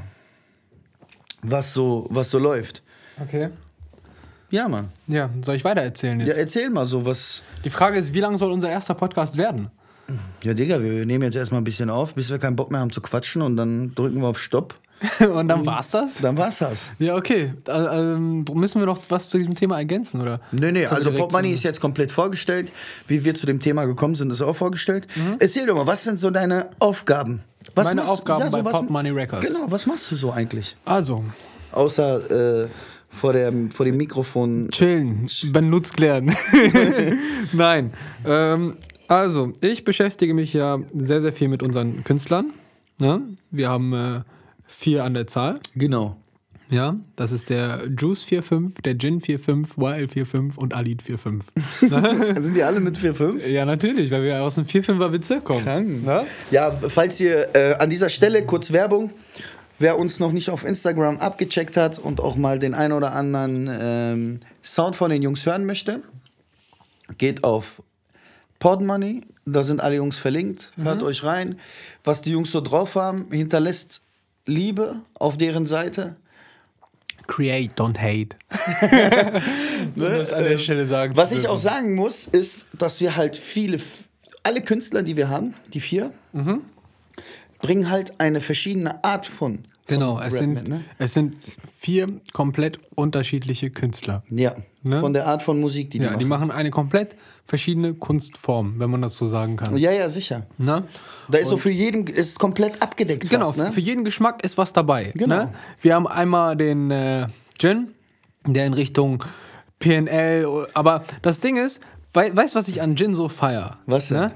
was so, was so läuft. Okay. Ja, Mann. Ja, soll ich weitererzählen Ja, jetzt? erzähl mal so, was. Die Frage ist, wie lang soll unser erster Podcast werden? Ja, Digga, wir nehmen jetzt erstmal ein bisschen auf, bis wir keinen Bock mehr haben zu quatschen und dann drücken wir auf Stopp. Und dann war's das? Dann war's das. Ja, okay. Da, ähm, müssen wir noch was zu diesem Thema ergänzen, oder? Nee, nee, Können wir also direkt Popmoney zum- ist jetzt komplett vorgestellt. Wie wir zu dem Thema gekommen sind, ist auch vorgestellt. Erzähl doch mal, was sind so deine Aufgaben? Was Meine machst du- Aufgaben bei was- Popmoney Records. Genau, was machst du so eigentlich? Also, Außer äh, vor, dem, vor dem Mikrofon. chillen, benutzt lernen. Nein. Ähm, also, ich beschäftige mich ja sehr, sehr viel mit unseren Künstlern. Ne? Wir haben äh, vier an der Zahl. Genau. Ja, das ist der Juice 45, der Gin 45, YL 45 und Alid 45. Sind die alle mit 4-5? ja, natürlich, weil wir aus dem 45er Bezirk kommen. Krank. Ne? Ja, falls ihr äh, an dieser Stelle kurz Werbung, wer uns noch nicht auf Instagram abgecheckt hat und auch mal den ein oder anderen ähm, Sound von den Jungs hören möchte, geht auf Podmoney, da sind alle Jungs verlinkt, Mhm. hört euch rein, was die Jungs so drauf haben, hinterlässt Liebe auf deren Seite. Create, don't hate. Wenn das an der Stelle Äh, Ähm, sagen. ähm, Was ich auch sagen muss, ist, dass wir halt viele, alle Künstler, die wir haben, die vier, Mhm. bringen halt eine verschiedene Art von Genau, es Rap sind, mit, ne? es sind vier komplett unterschiedliche Künstler. Ja, Ne? von der Art von Musik, die die, Ja, die machen eine komplett verschiedene Kunstform, wenn man das so sagen kann. Ja, ja, sicher. Ne? Da ist so für jeden ist komplett abgedeckt. Genau, fast, ne? für jeden Geschmack ist was dabei. Genau. Ne? Wir haben einmal den äh, Gin, der in Richtung PNL, aber das Ding ist, wei weißt du, was ich an Gin so feier? Was denn? Ne?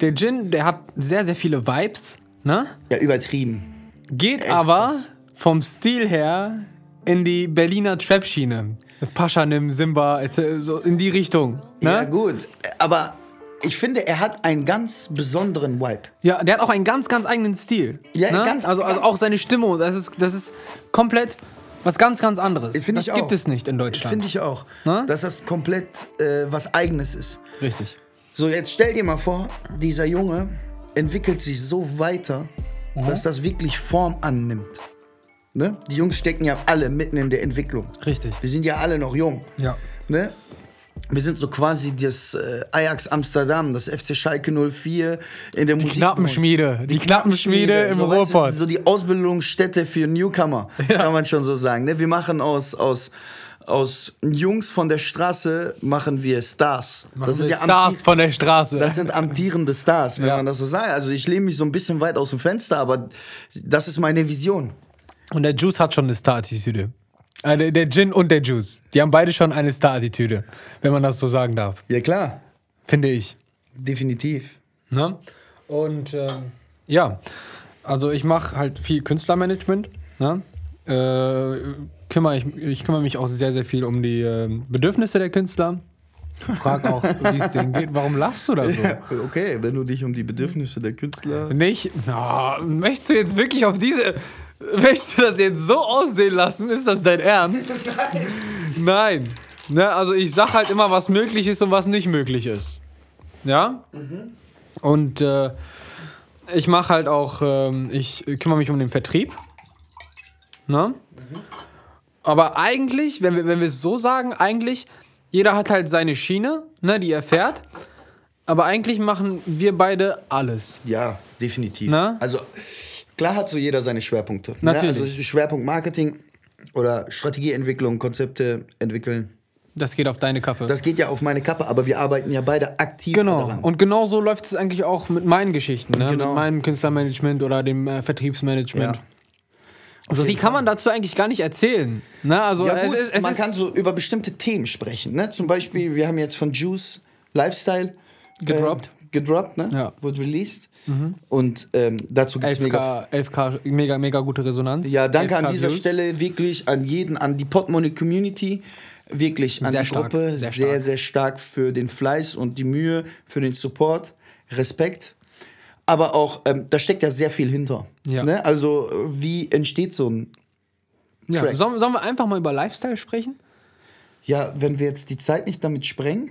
Der Gin, der hat sehr, sehr viele Vibes, ne? Ja, übertrieben. Geht aber vom Stil her in die Berliner Trap-Schiene. Paschanim, Simba, etc., so in die Richtung. Ne? Ja, gut. Aber ich finde, er hat einen ganz besonderen Vibe. Ja, der hat auch einen ganz, ganz eigenen Stil. Ja, ne? ganz- also, also ganz- auch seine Stimmung, das ist, das ist komplett was ganz, ganz anderes. Finde das ich gibt auch. es nicht in Deutschland. Finde ich auch. Ne? Dass das komplett äh, was Eigenes ist. Richtig. So, jetzt stell dir mal vor, dieser Junge entwickelt sich so weiter, Mhm. dass das wirklich Form annimmt. Ne? Die Jungs stecken ja alle mitten in der Entwicklung. Richtig. Wir sind ja alle noch jung. Ja. Ne? Wir sind so quasi das äh, Ajax Amsterdam, das FC Schalke 04 in der Musik. Knappenschmiede. Die Knappenschmiede im so, weißt du, Ruhrpott. So die Ausbildungsstätte für Newcomer, kann man schon so sagen. Ne? Wir machen aus, aus, aus Jungs von der Straße machen wir Stars. Machen wir ja Stars amti- von der Straße. das sind amtierende Stars, wenn Ja. man das so sagt. Also ich lehne mich so ein bisschen weit aus dem Fenster, aber das ist meine Vision. Und der Juice hat schon eine Star-Attitüde. Äh, der, der Gin und der Juice. Die haben beide schon eine Star-Attitüde, wenn man das so sagen darf. Ja klar, Finde ich. definitiv. Ne? Und ähm, ja, also ich mache halt viel Künstlermanagement. Ne? Äh, kümmere ich, ich kümmere mich auch sehr, sehr viel um die ähm, Bedürfnisse der Künstler. Frag auch, wie es denen geht. Warum lachst du da so? Okay, wenn du dich um die Bedürfnisse der Künstler. Nicht? Na, möchtest du jetzt wirklich auf diese. Möchtest du das jetzt so aussehen lassen? Ist das dein Ernst? Nein. Ne, also ich sag halt immer, was möglich ist und was nicht möglich ist. Ja? Und äh, ich mache halt auch, ähm, ich kümmere mich um den Vertrieb. Ne? Aber eigentlich, wenn wir, wenn wir es so sagen, eigentlich, jeder hat halt seine Schiene, ne, die er fährt. Aber eigentlich machen wir beide alles. Ja, definitiv. Na? Also klar hat so jeder seine Schwerpunkte. ne? Natürlich. Also Schwerpunkt Marketing oder Strategieentwicklung, Konzepte entwickeln. Das geht auf deine Kappe. Das geht ja auf meine Kappe, aber wir arbeiten ja beide aktiv genau. daran. Und genau so läuft es eigentlich auch mit meinen Geschichten, ne? Genau. mit meinem Künstlermanagement oder dem äh, Vertriebsmanagement. Ja. So viel kann man dazu eigentlich gar nicht erzählen. Ne? Also Ja, es gut, ist, es man ist, kann so über bestimmte Themen sprechen. Ne? Zum Beispiel, wir haben jetzt von Juice Lifestyle äh, Gedroppt. gedroppt, ne? Ja. Mhm. Wurde released. Und ähm, dazu gibt es mega. 11K, 11K, mega, mega gute Resonanz. Ja, danke 11K an dieser Views. Stelle wirklich an jeden, an die Podmoney Community. Wirklich an Sehr die stark, Gruppe. Sehr, sehr stark. sehr, stark für den Fleiß und die Mühe, für den Support. Respekt. Aber auch, ähm, da steckt ja sehr viel hinter. Ja. Ne? Also, äh, wie entsteht so ein. Ja. Track. Sollen, sollen wir einfach mal über Lifestyle sprechen? Ja, wenn wir jetzt die Zeit nicht damit sprengen.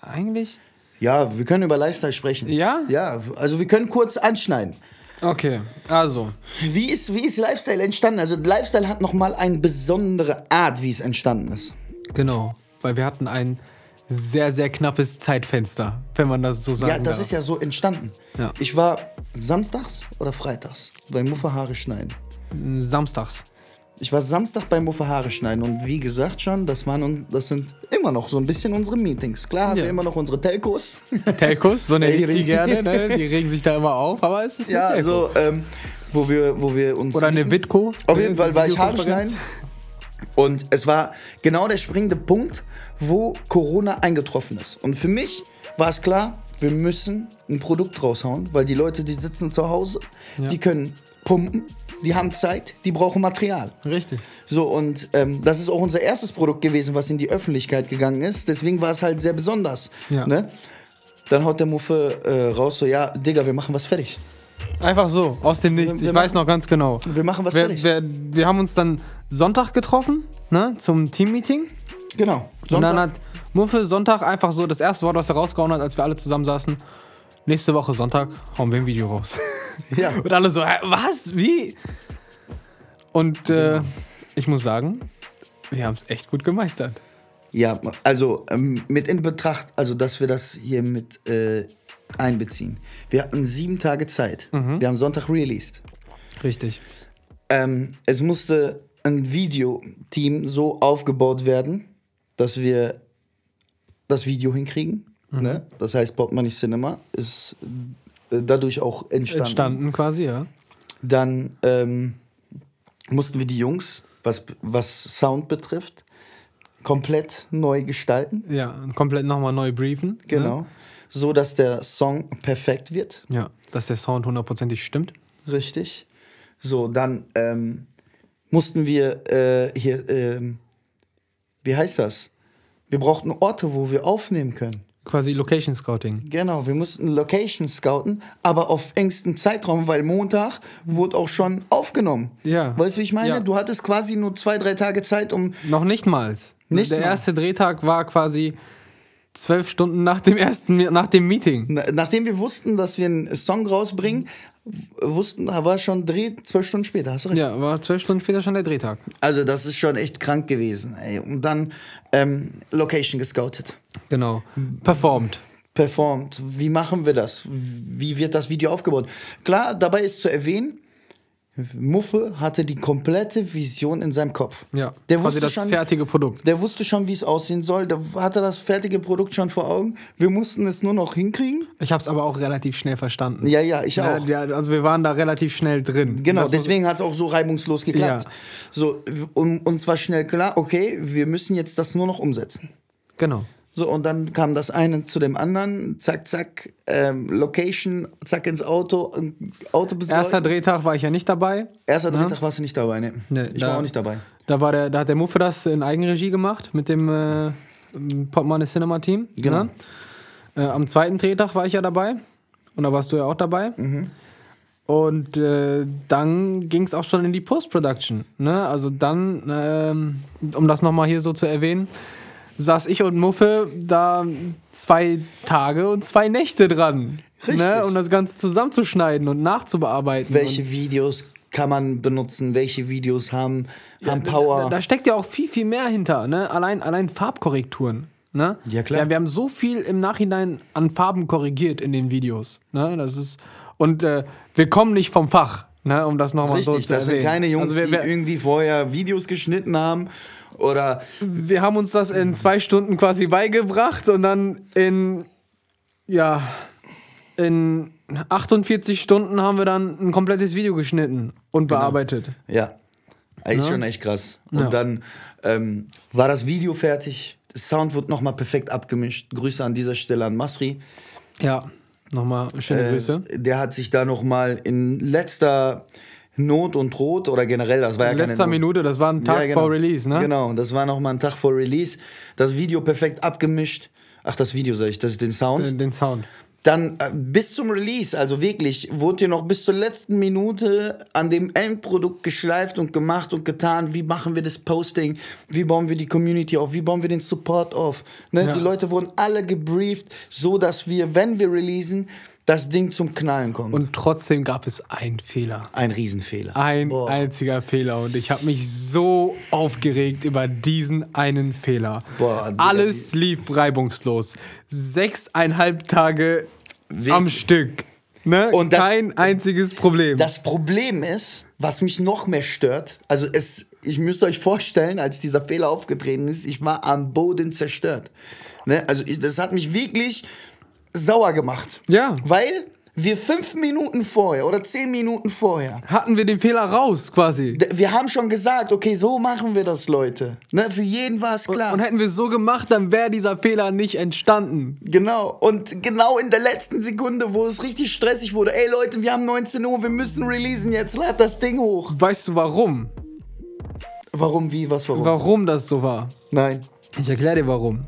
Eigentlich? Ja, wir können über Lifestyle sprechen. Ja? Ja, also wir können kurz anschneiden. Okay, also. Wie ist, wie ist Lifestyle entstanden? Also Lifestyle hat nochmal eine besondere Art, wie es entstanden ist. Genau. Weil wir hatten ein sehr, sehr knappes Zeitfenster, wenn man das so sagen Ja, das darf. ist ja so entstanden. Ja. Ich war samstags oder freitags bei Muffe Haare schneiden. Samstags. Ich war Samstag bei Muffe Haare schneiden und wie gesagt schon, das, waren, un- das sind immer noch so ein bisschen unsere Meetings. Klar haben Ja. wir immer noch unsere Telcos. Telcos, so nenne ich die Ey, gerne, ne? die regen sich da immer auf, aber es ist ja, eine Telco. also ähm, wo, wir, wo wir uns... Oder eine Witco. Auf jeden Fall war ich Haare Videokonferenz. schneiden. Und es war genau der springende Punkt, wo Corona eingetroffen ist. Und für mich war es klar, wir müssen ein Produkt raushauen, weil die Leute, die sitzen zu Hause, die können pumpen, die haben Zeit, die brauchen Material. Richtig. So, und ähm, das ist auch unser erstes Produkt gewesen, was in die Öffentlichkeit gegangen ist. Deswegen war es halt sehr besonders. Ja. Ne? Dann haut der Muffe äh, raus, so, ja, Digga, wir machen was fertig. Einfach so, aus dem Nichts. Wir Ich weiß noch ganz genau. Wir machen was Wir, fertig. wir, wir haben uns dann Sonntag getroffen, ne, zum Teammeeting. Genau. Und Sonntag- dann hat Muffe Sonntag einfach so das erste Wort, was er rausgehauen hat, als wir alle zusammen saßen. Nächste Woche Sonntag hauen wir ein Video raus. ja. Und alle so, hä, was? Wie? Und äh, ich muss sagen, wir haben es echt gut gemeistert. Ja, also ähm, mit in Betracht, also dass wir das hier mit äh, einbeziehen. Wir hatten sieben Tage Zeit. Wir haben Sonntag released. Richtig. Ähm, es musste ein Videoteam so aufgebaut werden, dass wir das Video hinkriegen. Ne? Das heißt, Pop Money Cinema ist äh, dadurch auch entstanden. Entstanden quasi, ja. Dann ähm, mussten wir die Jungs, was, was Sound betrifft, komplett neu gestalten. Ja, komplett nochmal neu briefen. Genau. Ne? so dass der Song perfekt wird. Ja, dass der Sound hundertprozentig stimmt. Richtig. So, dann ähm, mussten wir äh, hier, ähm, wie heißt das? Wir brauchten Orte, wo wir aufnehmen können. Quasi Location Scouting. Genau, wir mussten Locations scouten, aber auf engstem Zeitraum, weil Montag wurde auch schon aufgenommen. Ja. Weißt du, wie ich meine? Ja. Du hattest quasi nur zwei, drei Tage Zeit, um. Noch nicht mal. Nicht der mal. erste Drehtag war quasi zwölf Stunden nach dem ersten, nach dem Meeting. Na- Nachdem wir wussten, dass wir einen Song rausbringen, w- wussten, war schon Dreh zwölf Stunden später. Hast du recht? Ja, war zwölf Stunden später schon der Drehtag. Also, das ist schon echt krank gewesen. Ey. Und dann ähm, Location gescoutet. Genau. Performt. performt. Wie machen wir das? Wie wird das Video aufgebaut? Klar, dabei ist zu erwähnen, Muffe hatte die komplette Vision in seinem Kopf. Ja. Der quasi wusste, das schon, fertige Produkt. der wusste schon, wie es aussehen soll. Der hatte das fertige Produkt schon vor Augen. Wir mussten es nur noch hinkriegen. Ich habe es aber auch relativ schnell verstanden. Ja, ja, ich auch. Ja, also wir waren da relativ schnell drin. Genau, Das muss- deswegen hat es auch so reibungslos geklappt. Ja. So, und uns war schnell klar, okay, wir müssen jetzt das nur noch umsetzen. Genau. So, und dann kam das eine zu dem anderen, zack, zack, ähm, Location, zack ins Auto, ähm, Auto besorgt. Erster Drehtag war ich ja nicht dabei. Erster Drehtag warst du nicht dabei, ne? Nee, ich da- war auch nicht dabei. Da, war der, da hat der Muffe das in Eigenregie gemacht mit dem äh, Portemonnaie Cinema Team. Genau. ne? Äh, am zweiten Drehtag war ich ja dabei. Und da warst du ja auch dabei. Mhm. Und äh, dann ging es auch schon in die Post-Production. Ne? Also dann, ähm, um das nochmal hier so zu erwähnen, saß ich und Muffe da zwei Tage und zwei Nächte dran. Richtig. Ne? Um das Ganze zusammenzuschneiden und nachzubearbeiten. und, Welche Videos kann man benutzen? Welche Videos haben, haben Da, Power? da steckt ja auch viel, viel mehr hinter. Ne? Allein, allein Farbkorrekturen. Ne? Ja, klar. wir haben so viel im Nachhinein an Farben korrigiert in den Videos. Ne? Das ist, und äh, wir kommen nicht vom Fach, ne? um das nochmal so Richtig, zu das sind erwähnen. keine Jungs, Also wir, die wir, irgendwie vorher Videos geschnitten haben oder wir haben uns das in zwei Stunden quasi beigebracht und dann in, ja, in 48 Stunden haben wir dann ein komplettes Video geschnitten und Genau. bearbeitet. Ja. Ist schon echt krass. Und Ne? Ja. dann ähm, war das Video fertig. Das Sound wurde nochmal perfekt abgemischt. Grüße an dieser Stelle an Masri. Ja, nochmal schöne Grüße. Äh, der hat sich da nochmal in letzter Not und Rot oder generell, das war ja In keine letzter Not. Minute, das war ein Tag Ja, genau. vor Release, ne? Genau, das war nochmal ein Tag vor Release. Das Video perfekt abgemischt. Ach, das Video sag ich, das ist den Sound. Den, den Sound. Dann äh, bis zum Release, also wirklich, wurde hier noch bis zur letzten Minute an dem Endprodukt geschleift und gemacht und getan. Wie machen wir das Posting? Wie bauen wir die Community auf? Wie bauen wir den Support auf? Ne? Ja. Die Leute wurden alle gebrieft, so dass wir, wenn wir releasen, das Ding zum Knallen kommt. Und trotzdem gab es einen Fehler. ein Riesenfehler. Ein Boah. einziger Fehler. Und ich habe mich so aufgeregt über diesen einen Fehler. Boah, Digga, Alles lief reibungslos. Sechseinhalb Tage am Stück. Ne? Und das- Kein einziges Problem. Das Problem ist, was mich noch mehr stört, also es, ich müsst euch vorstellen, als dieser Fehler aufgetreten ist, ich war am Boden zerstört. Ne? Also ich, das hat mich wirklich sauer gemacht. Ja. Weil wir fünf Minuten vorher oder zehn Minuten vorher Hatten wir den Fehler raus quasi. d- wir haben schon gesagt, okay, so machen wir das, Leute. Ne, für jeden war es klar. Und halt- hätten wir es so gemacht, dann wäre dieser Fehler nicht entstanden. Genau, und genau in der letzten Sekunde, wo es richtig stressig wurde, ey Leute, wir haben 19 Uhr, wir müssen releasen, jetzt lad das Ding hoch. Weißt du warum? Warum, wie, was, warum? Warum das so war? Nein. Ich erkläre dir warum.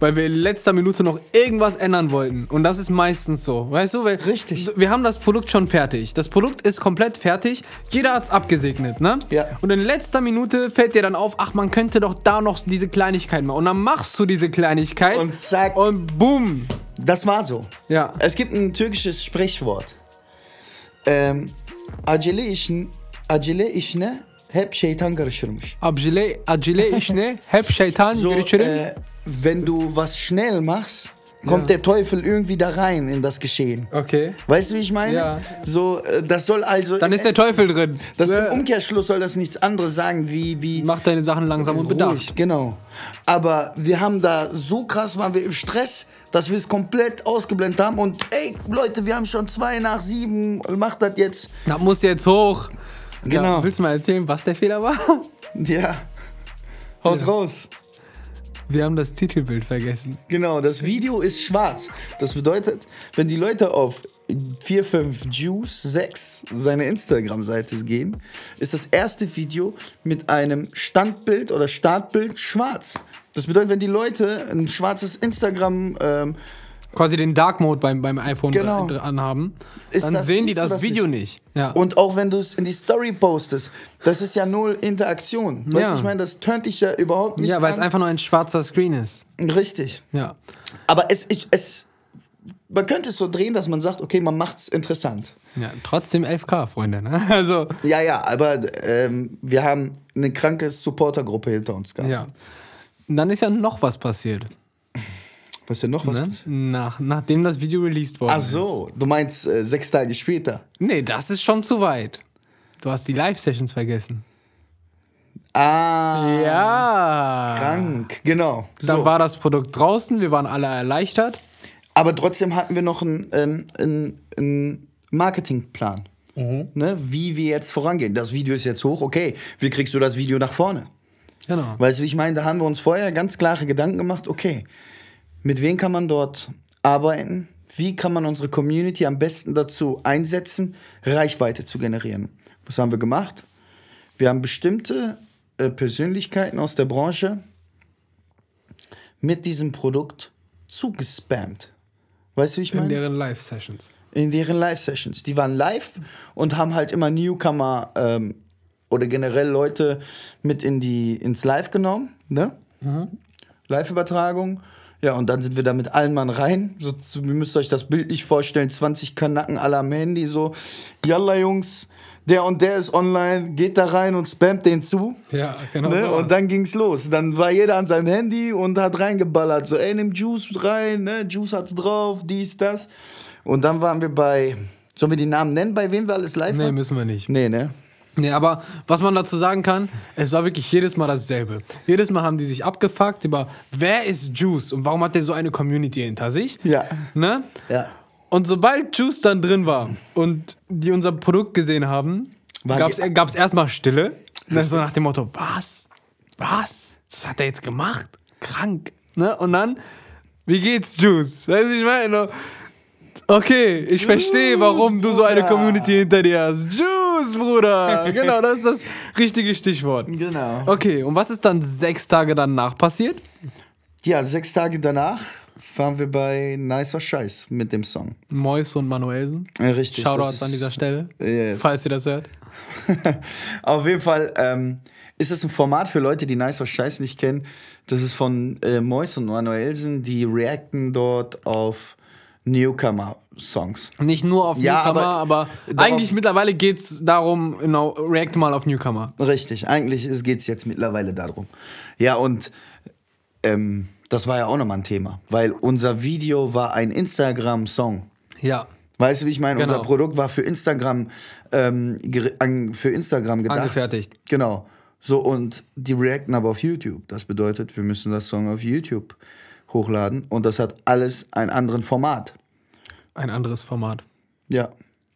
Weil wir in letzter Minute noch irgendwas ändern wollten. Und das ist meistens so. Weißt du? Weil Richtig. Wir haben das Produkt schon fertig. Das Produkt ist komplett fertig. Jeder hat's abgesegnet, ne? Ja. Und in letzter Minute fällt dir dann auf, ach, man könnte doch da noch diese Kleinigkeit machen. Und dann machst du diese Kleinigkeit. Und zack. Und boom. Das war so. Ja. Es gibt ein türkisches Sprichwort. Ähm, acele işin, acele işine hep şeytan karışırmış. Abjile, Abjile, ich ne? Hep Shaitan, So, Gürtschirm. äh, wenn du was schnell machst, kommt der Teufel irgendwie da rein in das Geschehen. Okay. Weißt du, wie ich meine? Ja. So, äh, das soll also. Dann ist der Teufel drin. das um- Ne? Im Umkehrschluss soll das nichts anderes sagen, wie. wie Mach deine Sachen langsam und bedacht. Ruhig, genau. Aber wir haben da so krass, waren wir im Stress, dass wir es komplett ausgeblendet haben. Und ey, Leute, wir haben schon zwei nach sieben, macht das jetzt. Da muss jetzt hoch. Ja, Genau. willst du mal erzählen, was der Fehler war? Ja. Haus raus. Wir haben das Titelbild vergessen. Genau, das Video ist schwarz. Das bedeutet, wenn die Leute auf 45juice6 seine Instagram-Seite gehen, ist das erste Video mit einem Standbild oder Startbild schwarz. Das bedeutet, wenn die Leute ein schwarzes Instagram ähm, Quasi den Dark Mode beim, beim iPhone Genau. dr- anhaben, Ist dann das- sehen die siehst du das, das Video nicht. nicht? Ja. Und auch wenn du es in die Story postest, das ist ja null Interaktion. Weißt Ja. du, ich meine, das tönt dich ja überhaupt nicht. ja, weil es an. einfach nur ein schwarzer Screen ist. Richtig. Ja. Aber es, ich, es. Man könnte es so drehen, dass man sagt, okay, man macht's interessant. ja trotzdem 11K, Freunde. Ne? Also, Ja, ja, aber ähm, wir haben eine kranke Supportergruppe hinter uns gehabt. ja. Und dann ist ja noch was passiert. Was ist denn noch was? Ne? Nach, nachdem das Video released worden Ach ist. so, du meinst äh, sechs Tage später. Nee, das ist schon zu weit. Du hast die Live-Sessions vergessen. Ah, Ja. krank, genau. Dann So. war das Produkt draußen, wir waren alle erleichtert. Aber trotzdem hatten wir noch einen, ähm, einen, einen Marketingplan. Ne, wie wir jetzt vorangehen. Das Video ist jetzt hoch, okay. Wie kriegst du das Video nach vorne? Genau. Weißt du, wie ich meine, da haben wir uns vorher ganz klare Gedanken gemacht, okay, mit wem kann man dort arbeiten? Wie kann man unsere Community am besten dazu einsetzen, Reichweite zu generieren? Was haben wir gemacht? Wir haben bestimmte äh, Persönlichkeiten aus der Branche mit diesem Produkt zugespammt. Weißt du, wie ich In meine? deren Live-Sessions. in deren Live-Sessions. Die waren live und haben halt immer Newcomer ähm, oder generell Leute mit in die, ins Live genommen. Ne? Live-Übertragung. Ja, und dann sind wir da mit allen Mann rein. So, so, ihr müsst euch das bildlich vorstellen. 20 Kanacken alle am Handy. So, yalla Jungs, der und der ist online. Geht da rein und spammt den zu. Ja, genau. Ne? Und dann ging's los. Dann war jeder an seinem Handy und hat reingeballert. So, ey, nimm Juice rein, ne? Juice hat's drauf, dies, das. Und dann waren wir bei. Sollen wir die Namen nennen, bei wem wir alles live nee, waren? müssen wir nicht. Nee, ne? Nee, aber was man dazu sagen kann, es war wirklich jedes Mal dasselbe. Jedes Mal haben die sich abgefuckt über, wer ist Juice und warum hat der so eine Community hinter sich? Ja. Ne? Ja. Und sobald Juice dann drin war und die unser Produkt gesehen haben, War gab die- es erstmal Stille. Ne, so nach dem Motto, was? Was? Das hat er jetzt gemacht? Krank. Ne? Und dann, wie geht's, Juice? Weißt du, ich meine, ne? okay, ich verstehe, warum du so eine Bruder. Community hinter dir hast. Juice, Bruder. Genau, das ist das richtige Stichwort. Genau. Okay, und was ist dann sechs Tage danach passiert? Ja, sechs Tage danach waren wir bei Nicer Scheiß mit dem Song. Mois und Manuelsen. Ja, Richtig. das Shoutouts ist- an dieser Stelle, Yes. falls ihr das hört. Auf jeden Fall ähm, ist es ein Format für Leute, die Nice or Scheiß nicht kennen. Das ist von äh, Mois und Manuelsen, die reacten dort auf Newcomer-Songs. Nicht nur auf Ja, Newcomer, aber, aber- eigentlich darauf- mittlerweile geht es darum, genau, react mal auf Newcomer. Richtig, eigentlich geht es jetzt mittlerweile darum. Ja, und ähm, das war ja auch nochmal ein Thema, weil unser Video war ein Instagram-Song. Ja. Weißt du, wie ich meine? Genau. Unser Produkt war für Instagram, ähm, gere- an, für Instagram gedacht. Angefertigt. Genau. So, und die reacten aber auf YouTube. Das bedeutet, wir müssen das Song auf YouTube hochladen. Und das hat alles einen anderen Format. Ein anderes Format. Ja.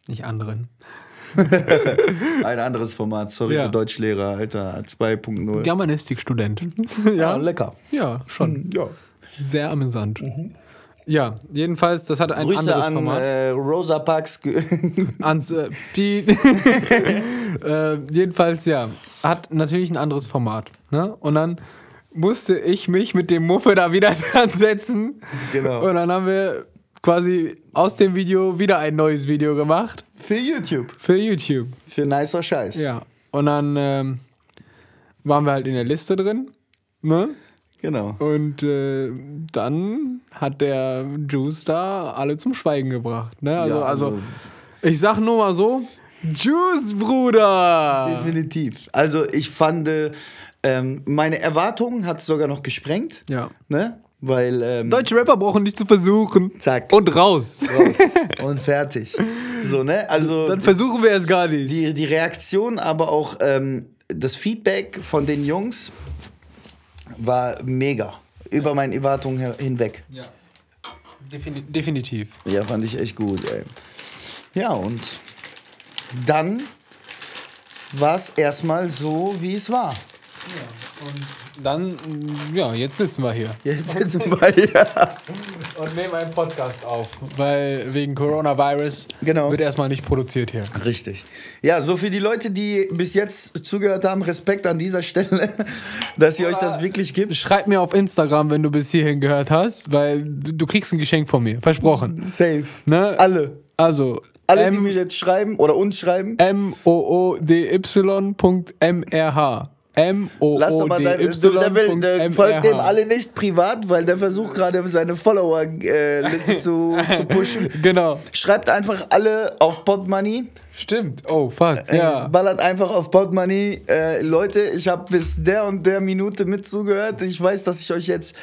Nicht anderen. Ein anderes Format. Sorry, Ja. Genau. du Deutschlehrer, Alter. 2.0. Germanistikstudent. ja, Mhm. lecker. ja, schon. Ja. Sehr amüsant. Ja, jedenfalls, das hat ein Mhm. Grüße anderes an Format. äh, Rosa Parks. ge- Ans äh, Piep. äh, jedenfalls, ja. Hat natürlich ein anderes Format. Ne? Und dann musste ich mich mit dem Muffe da wieder dran setzen. Genau. Und dann haben wir quasi aus dem Video wieder ein neues Video gemacht. für YouTube. Für YouTube. Für nicer Scheiß. Ja. Und dann ähm, waren wir halt in der Liste drin. Ne? Genau. Und äh, dann hat der Juice da alle zum Schweigen gebracht. Ne? Also, Ja, also, also- ich sag nur mal so: Juice, Bruder! Definitiv. Also ich fand, äh, ähm, meine Erwartungen hat es sogar noch gesprengt. Ja. Ne? Weil, ähm, Deutsche Rapper brauchen nicht zu versuchen. Zack. Und raus. raus und fertig. So, ne? Also Dann versuchen wir es gar nicht. die, die Reaktion, aber auch ähm, das Feedback von den Jungs war mega. Über meine Erwartungen her- hinweg. ja. definitiv. Ja, fand ich echt gut, ey. Ja, und dann war es erstmal so, wie es war. Dann, ja, jetzt sitzen wir hier Jetzt sitzen wir hier. und nehmen einen Podcast auf, weil wegen Coronavirus Genau. wird erstmal nicht produziert hier. Richtig. Ja, so für die Leute, die bis jetzt zugehört haben, Respekt an dieser Stelle, dass ihr euch das wirklich gibt. Schreib mir auf Instagram, wenn du bis hierhin gehört hast, weil du du kriegst ein Geschenk von mir, versprochen. Safe. Ne? Alle. Also, Alle, die M- mich jetzt schreiben oder uns schreiben, M-O-O-D-Y.mrh. lass doch mal dein der will, der folgt dem alle nicht privat, weil der versucht gerade seine Follower-Liste zu, zu pushen. Genau, Schreibt einfach alle auf Podmoney. stimmt. Oh, fuck, Äh, ja. Ballert einfach auf Podmoney. Äh, Leute, ich habe bis der und der Minute mit zugehört. Ich weiß, dass ich euch jetzt.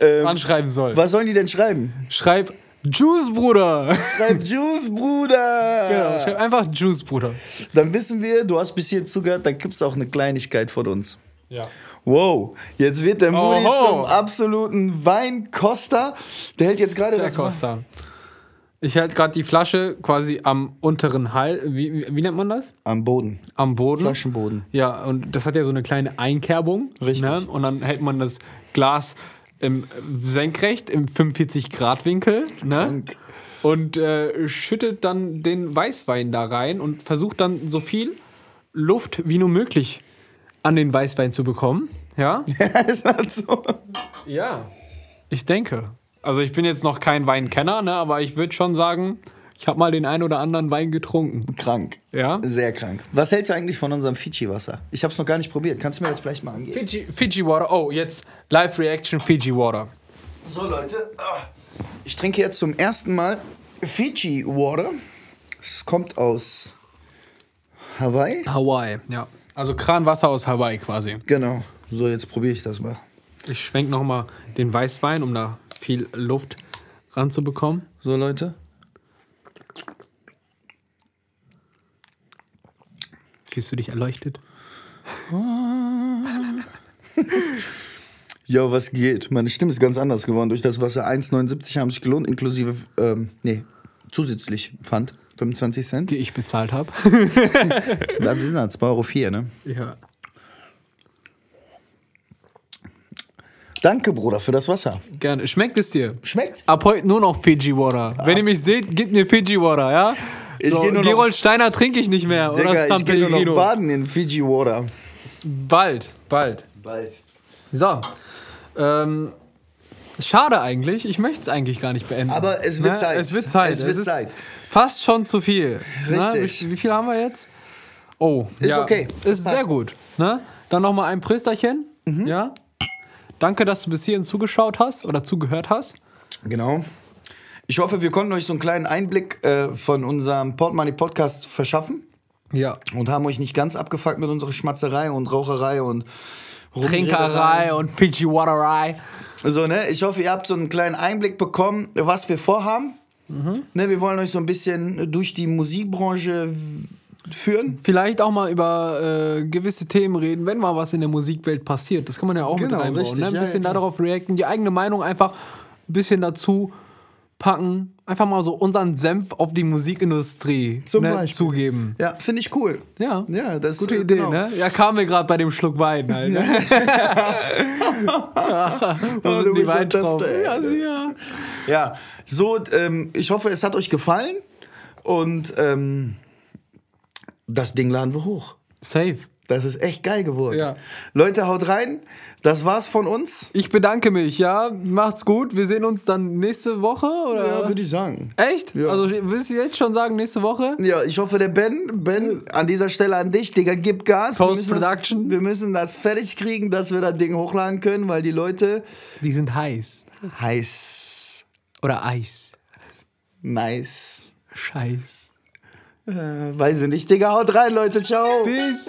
ähm, Anschreiben soll. was sollen die denn schreiben? Schreib Juice, Bruder. Schreib Juice, Bruder! Genau, schreib einfach Juice, Bruder. Dann wissen wir, du hast bis hier zugehört, dann gibt's auch eine Kleinigkeit von uns. Ja. Wow, jetzt wird der Moody Oho. zum absoluten Weinkoster. Der hält jetzt gerade das Wein. Verkoster. Ich halte gerade die Flasche quasi am unteren Hals. Wie, wie, wie nennt man das? am Boden. Am Boden. Flaschenboden. Ja, und das hat ja so eine kleine Einkerbung. ne? Richtig. Und dann hält man das Glas im, äh, senkrecht im 45-Grad-Winkel. Ne? Krank. Und äh, schüttet dann den Weißwein da rein und versucht dann so viel Luft wie nur möglich an den Weißwein zu bekommen. Ja? ist halt so. Ja. Ich denke. Also ich bin jetzt noch kein Weinkenner, ne? aber ich würde schon sagen, ich habe mal den einen oder anderen Wein getrunken. Krank. Ja? Sehr krank. Was hältst du eigentlich von unserem Fidschi-Wasser? Ich hab's noch gar nicht probiert. Kannst du mir das vielleicht mal angeben? Fiji, Fiji Water. Oh, jetzt Live-Reaction Fiji Water. So, Leute. ah, Ich trinke jetzt zum ersten Mal Fiji Water. Es kommt aus Hawaii. Hawaii. Ja. Also Kranwasser aus Hawaii quasi. Genau. So, jetzt probiere ich das mal. Ich schwenk nochmal den Weißwein, um da viel Luft ranzubekommen. So, Leute. Fühlst du dich erleuchtet? Ja, was geht? Meine Stimme ist ganz anders geworden. Durch das Wasser 1,79 haben sich gelohnt, inklusive, ähm, nee, zusätzlich Pfand. 25 Cent. Die ich bezahlt habe. Das sind halt 2,04 Euro, ne? ja. Danke, Bruder, für das Wasser. Gerne. Schmeckt es dir? Schmeckt? Ab heute nur noch Fiji Water. Wenn ihr mich seht, gebt mir Fiji Water, ja? Ich so, geh nur noch- Gerold Steiner trinke ich nicht mehr. oder Digga, San ich gehe nur noch Pellegrino. baden in Fiji Water. Bald, bald. Bald. So. Ähm, schade eigentlich. Ich möchte es eigentlich gar nicht beenden. Aber es wird Ne? Zeit. Es wird Zeit. Es wird ist Zeit. Fast schon zu viel. Ne? Richtig. Wie, wie viel haben wir jetzt? Oh, Ist okay. Ist Passt. Mhm. sehr gut. Ne? Dann nochmal ein Prösterchen. Ja. Danke, dass du bis hierhin zugeschaut hast oder zugehört hast. Genau. Ich hoffe, wir konnten euch so einen kleinen Einblick äh, von unserem Portemoney Podcast verschaffen Ja. und haben euch nicht ganz abgefuckt mit unserer Schmatzerei und Raucherei und Trinkerei und Fiji Waterei. So, ne? Ich hoffe, ihr habt so einen kleinen Einblick bekommen, was wir vorhaben. Mhm. Ne, wir wollen euch so ein bisschen durch die Musikbranche w- führen. Vielleicht auch mal über äh, gewisse Themen reden, wenn mal was in der Musikwelt passiert. Das kann man ja auch Genau, mit einbauen. richtig. ne? Ein Ja, bisschen ja, klar. darauf reacten, die eigene Meinung einfach ein bisschen dazu packen. Einfach mal so unseren Senf auf die Musikindustrie Zum ne, Beispiel. zugeben. Ja, finde ich cool. Ja. Ja, das Gute äh, Idee, genau. ne? Ja, kamen wir gerade bei dem Schluck Wein halt. ne? Wo Oh, du sind die bist so Weintrauben? tough, ey. Ja, sicher. Ja, so, ähm, ich hoffe, es hat euch gefallen und ähm, das Ding laden wir hoch. Safe. Das ist echt geil geworden. Ja. Leute, haut rein. Das war's von uns. Ich bedanke mich, ja. Macht's gut. Wir sehen uns dann nächste Woche oder? Ja, würde ich sagen. Echt? Ja. Also willst du jetzt schon sagen, nächste Woche? Ja, ich hoffe, der Ben, Ben, an dieser Stelle an dich, Digga, gib Gas. Wir müssen das- Post-Production. Wir müssen das fertig kriegen, dass wir das Ding hochladen können, weil die Leute Die sind heiß. heiß, Oder Eis. nice. Scheiß. Äh, weiß ich nicht, Digga, haut rein, Leute, ciao. Peace.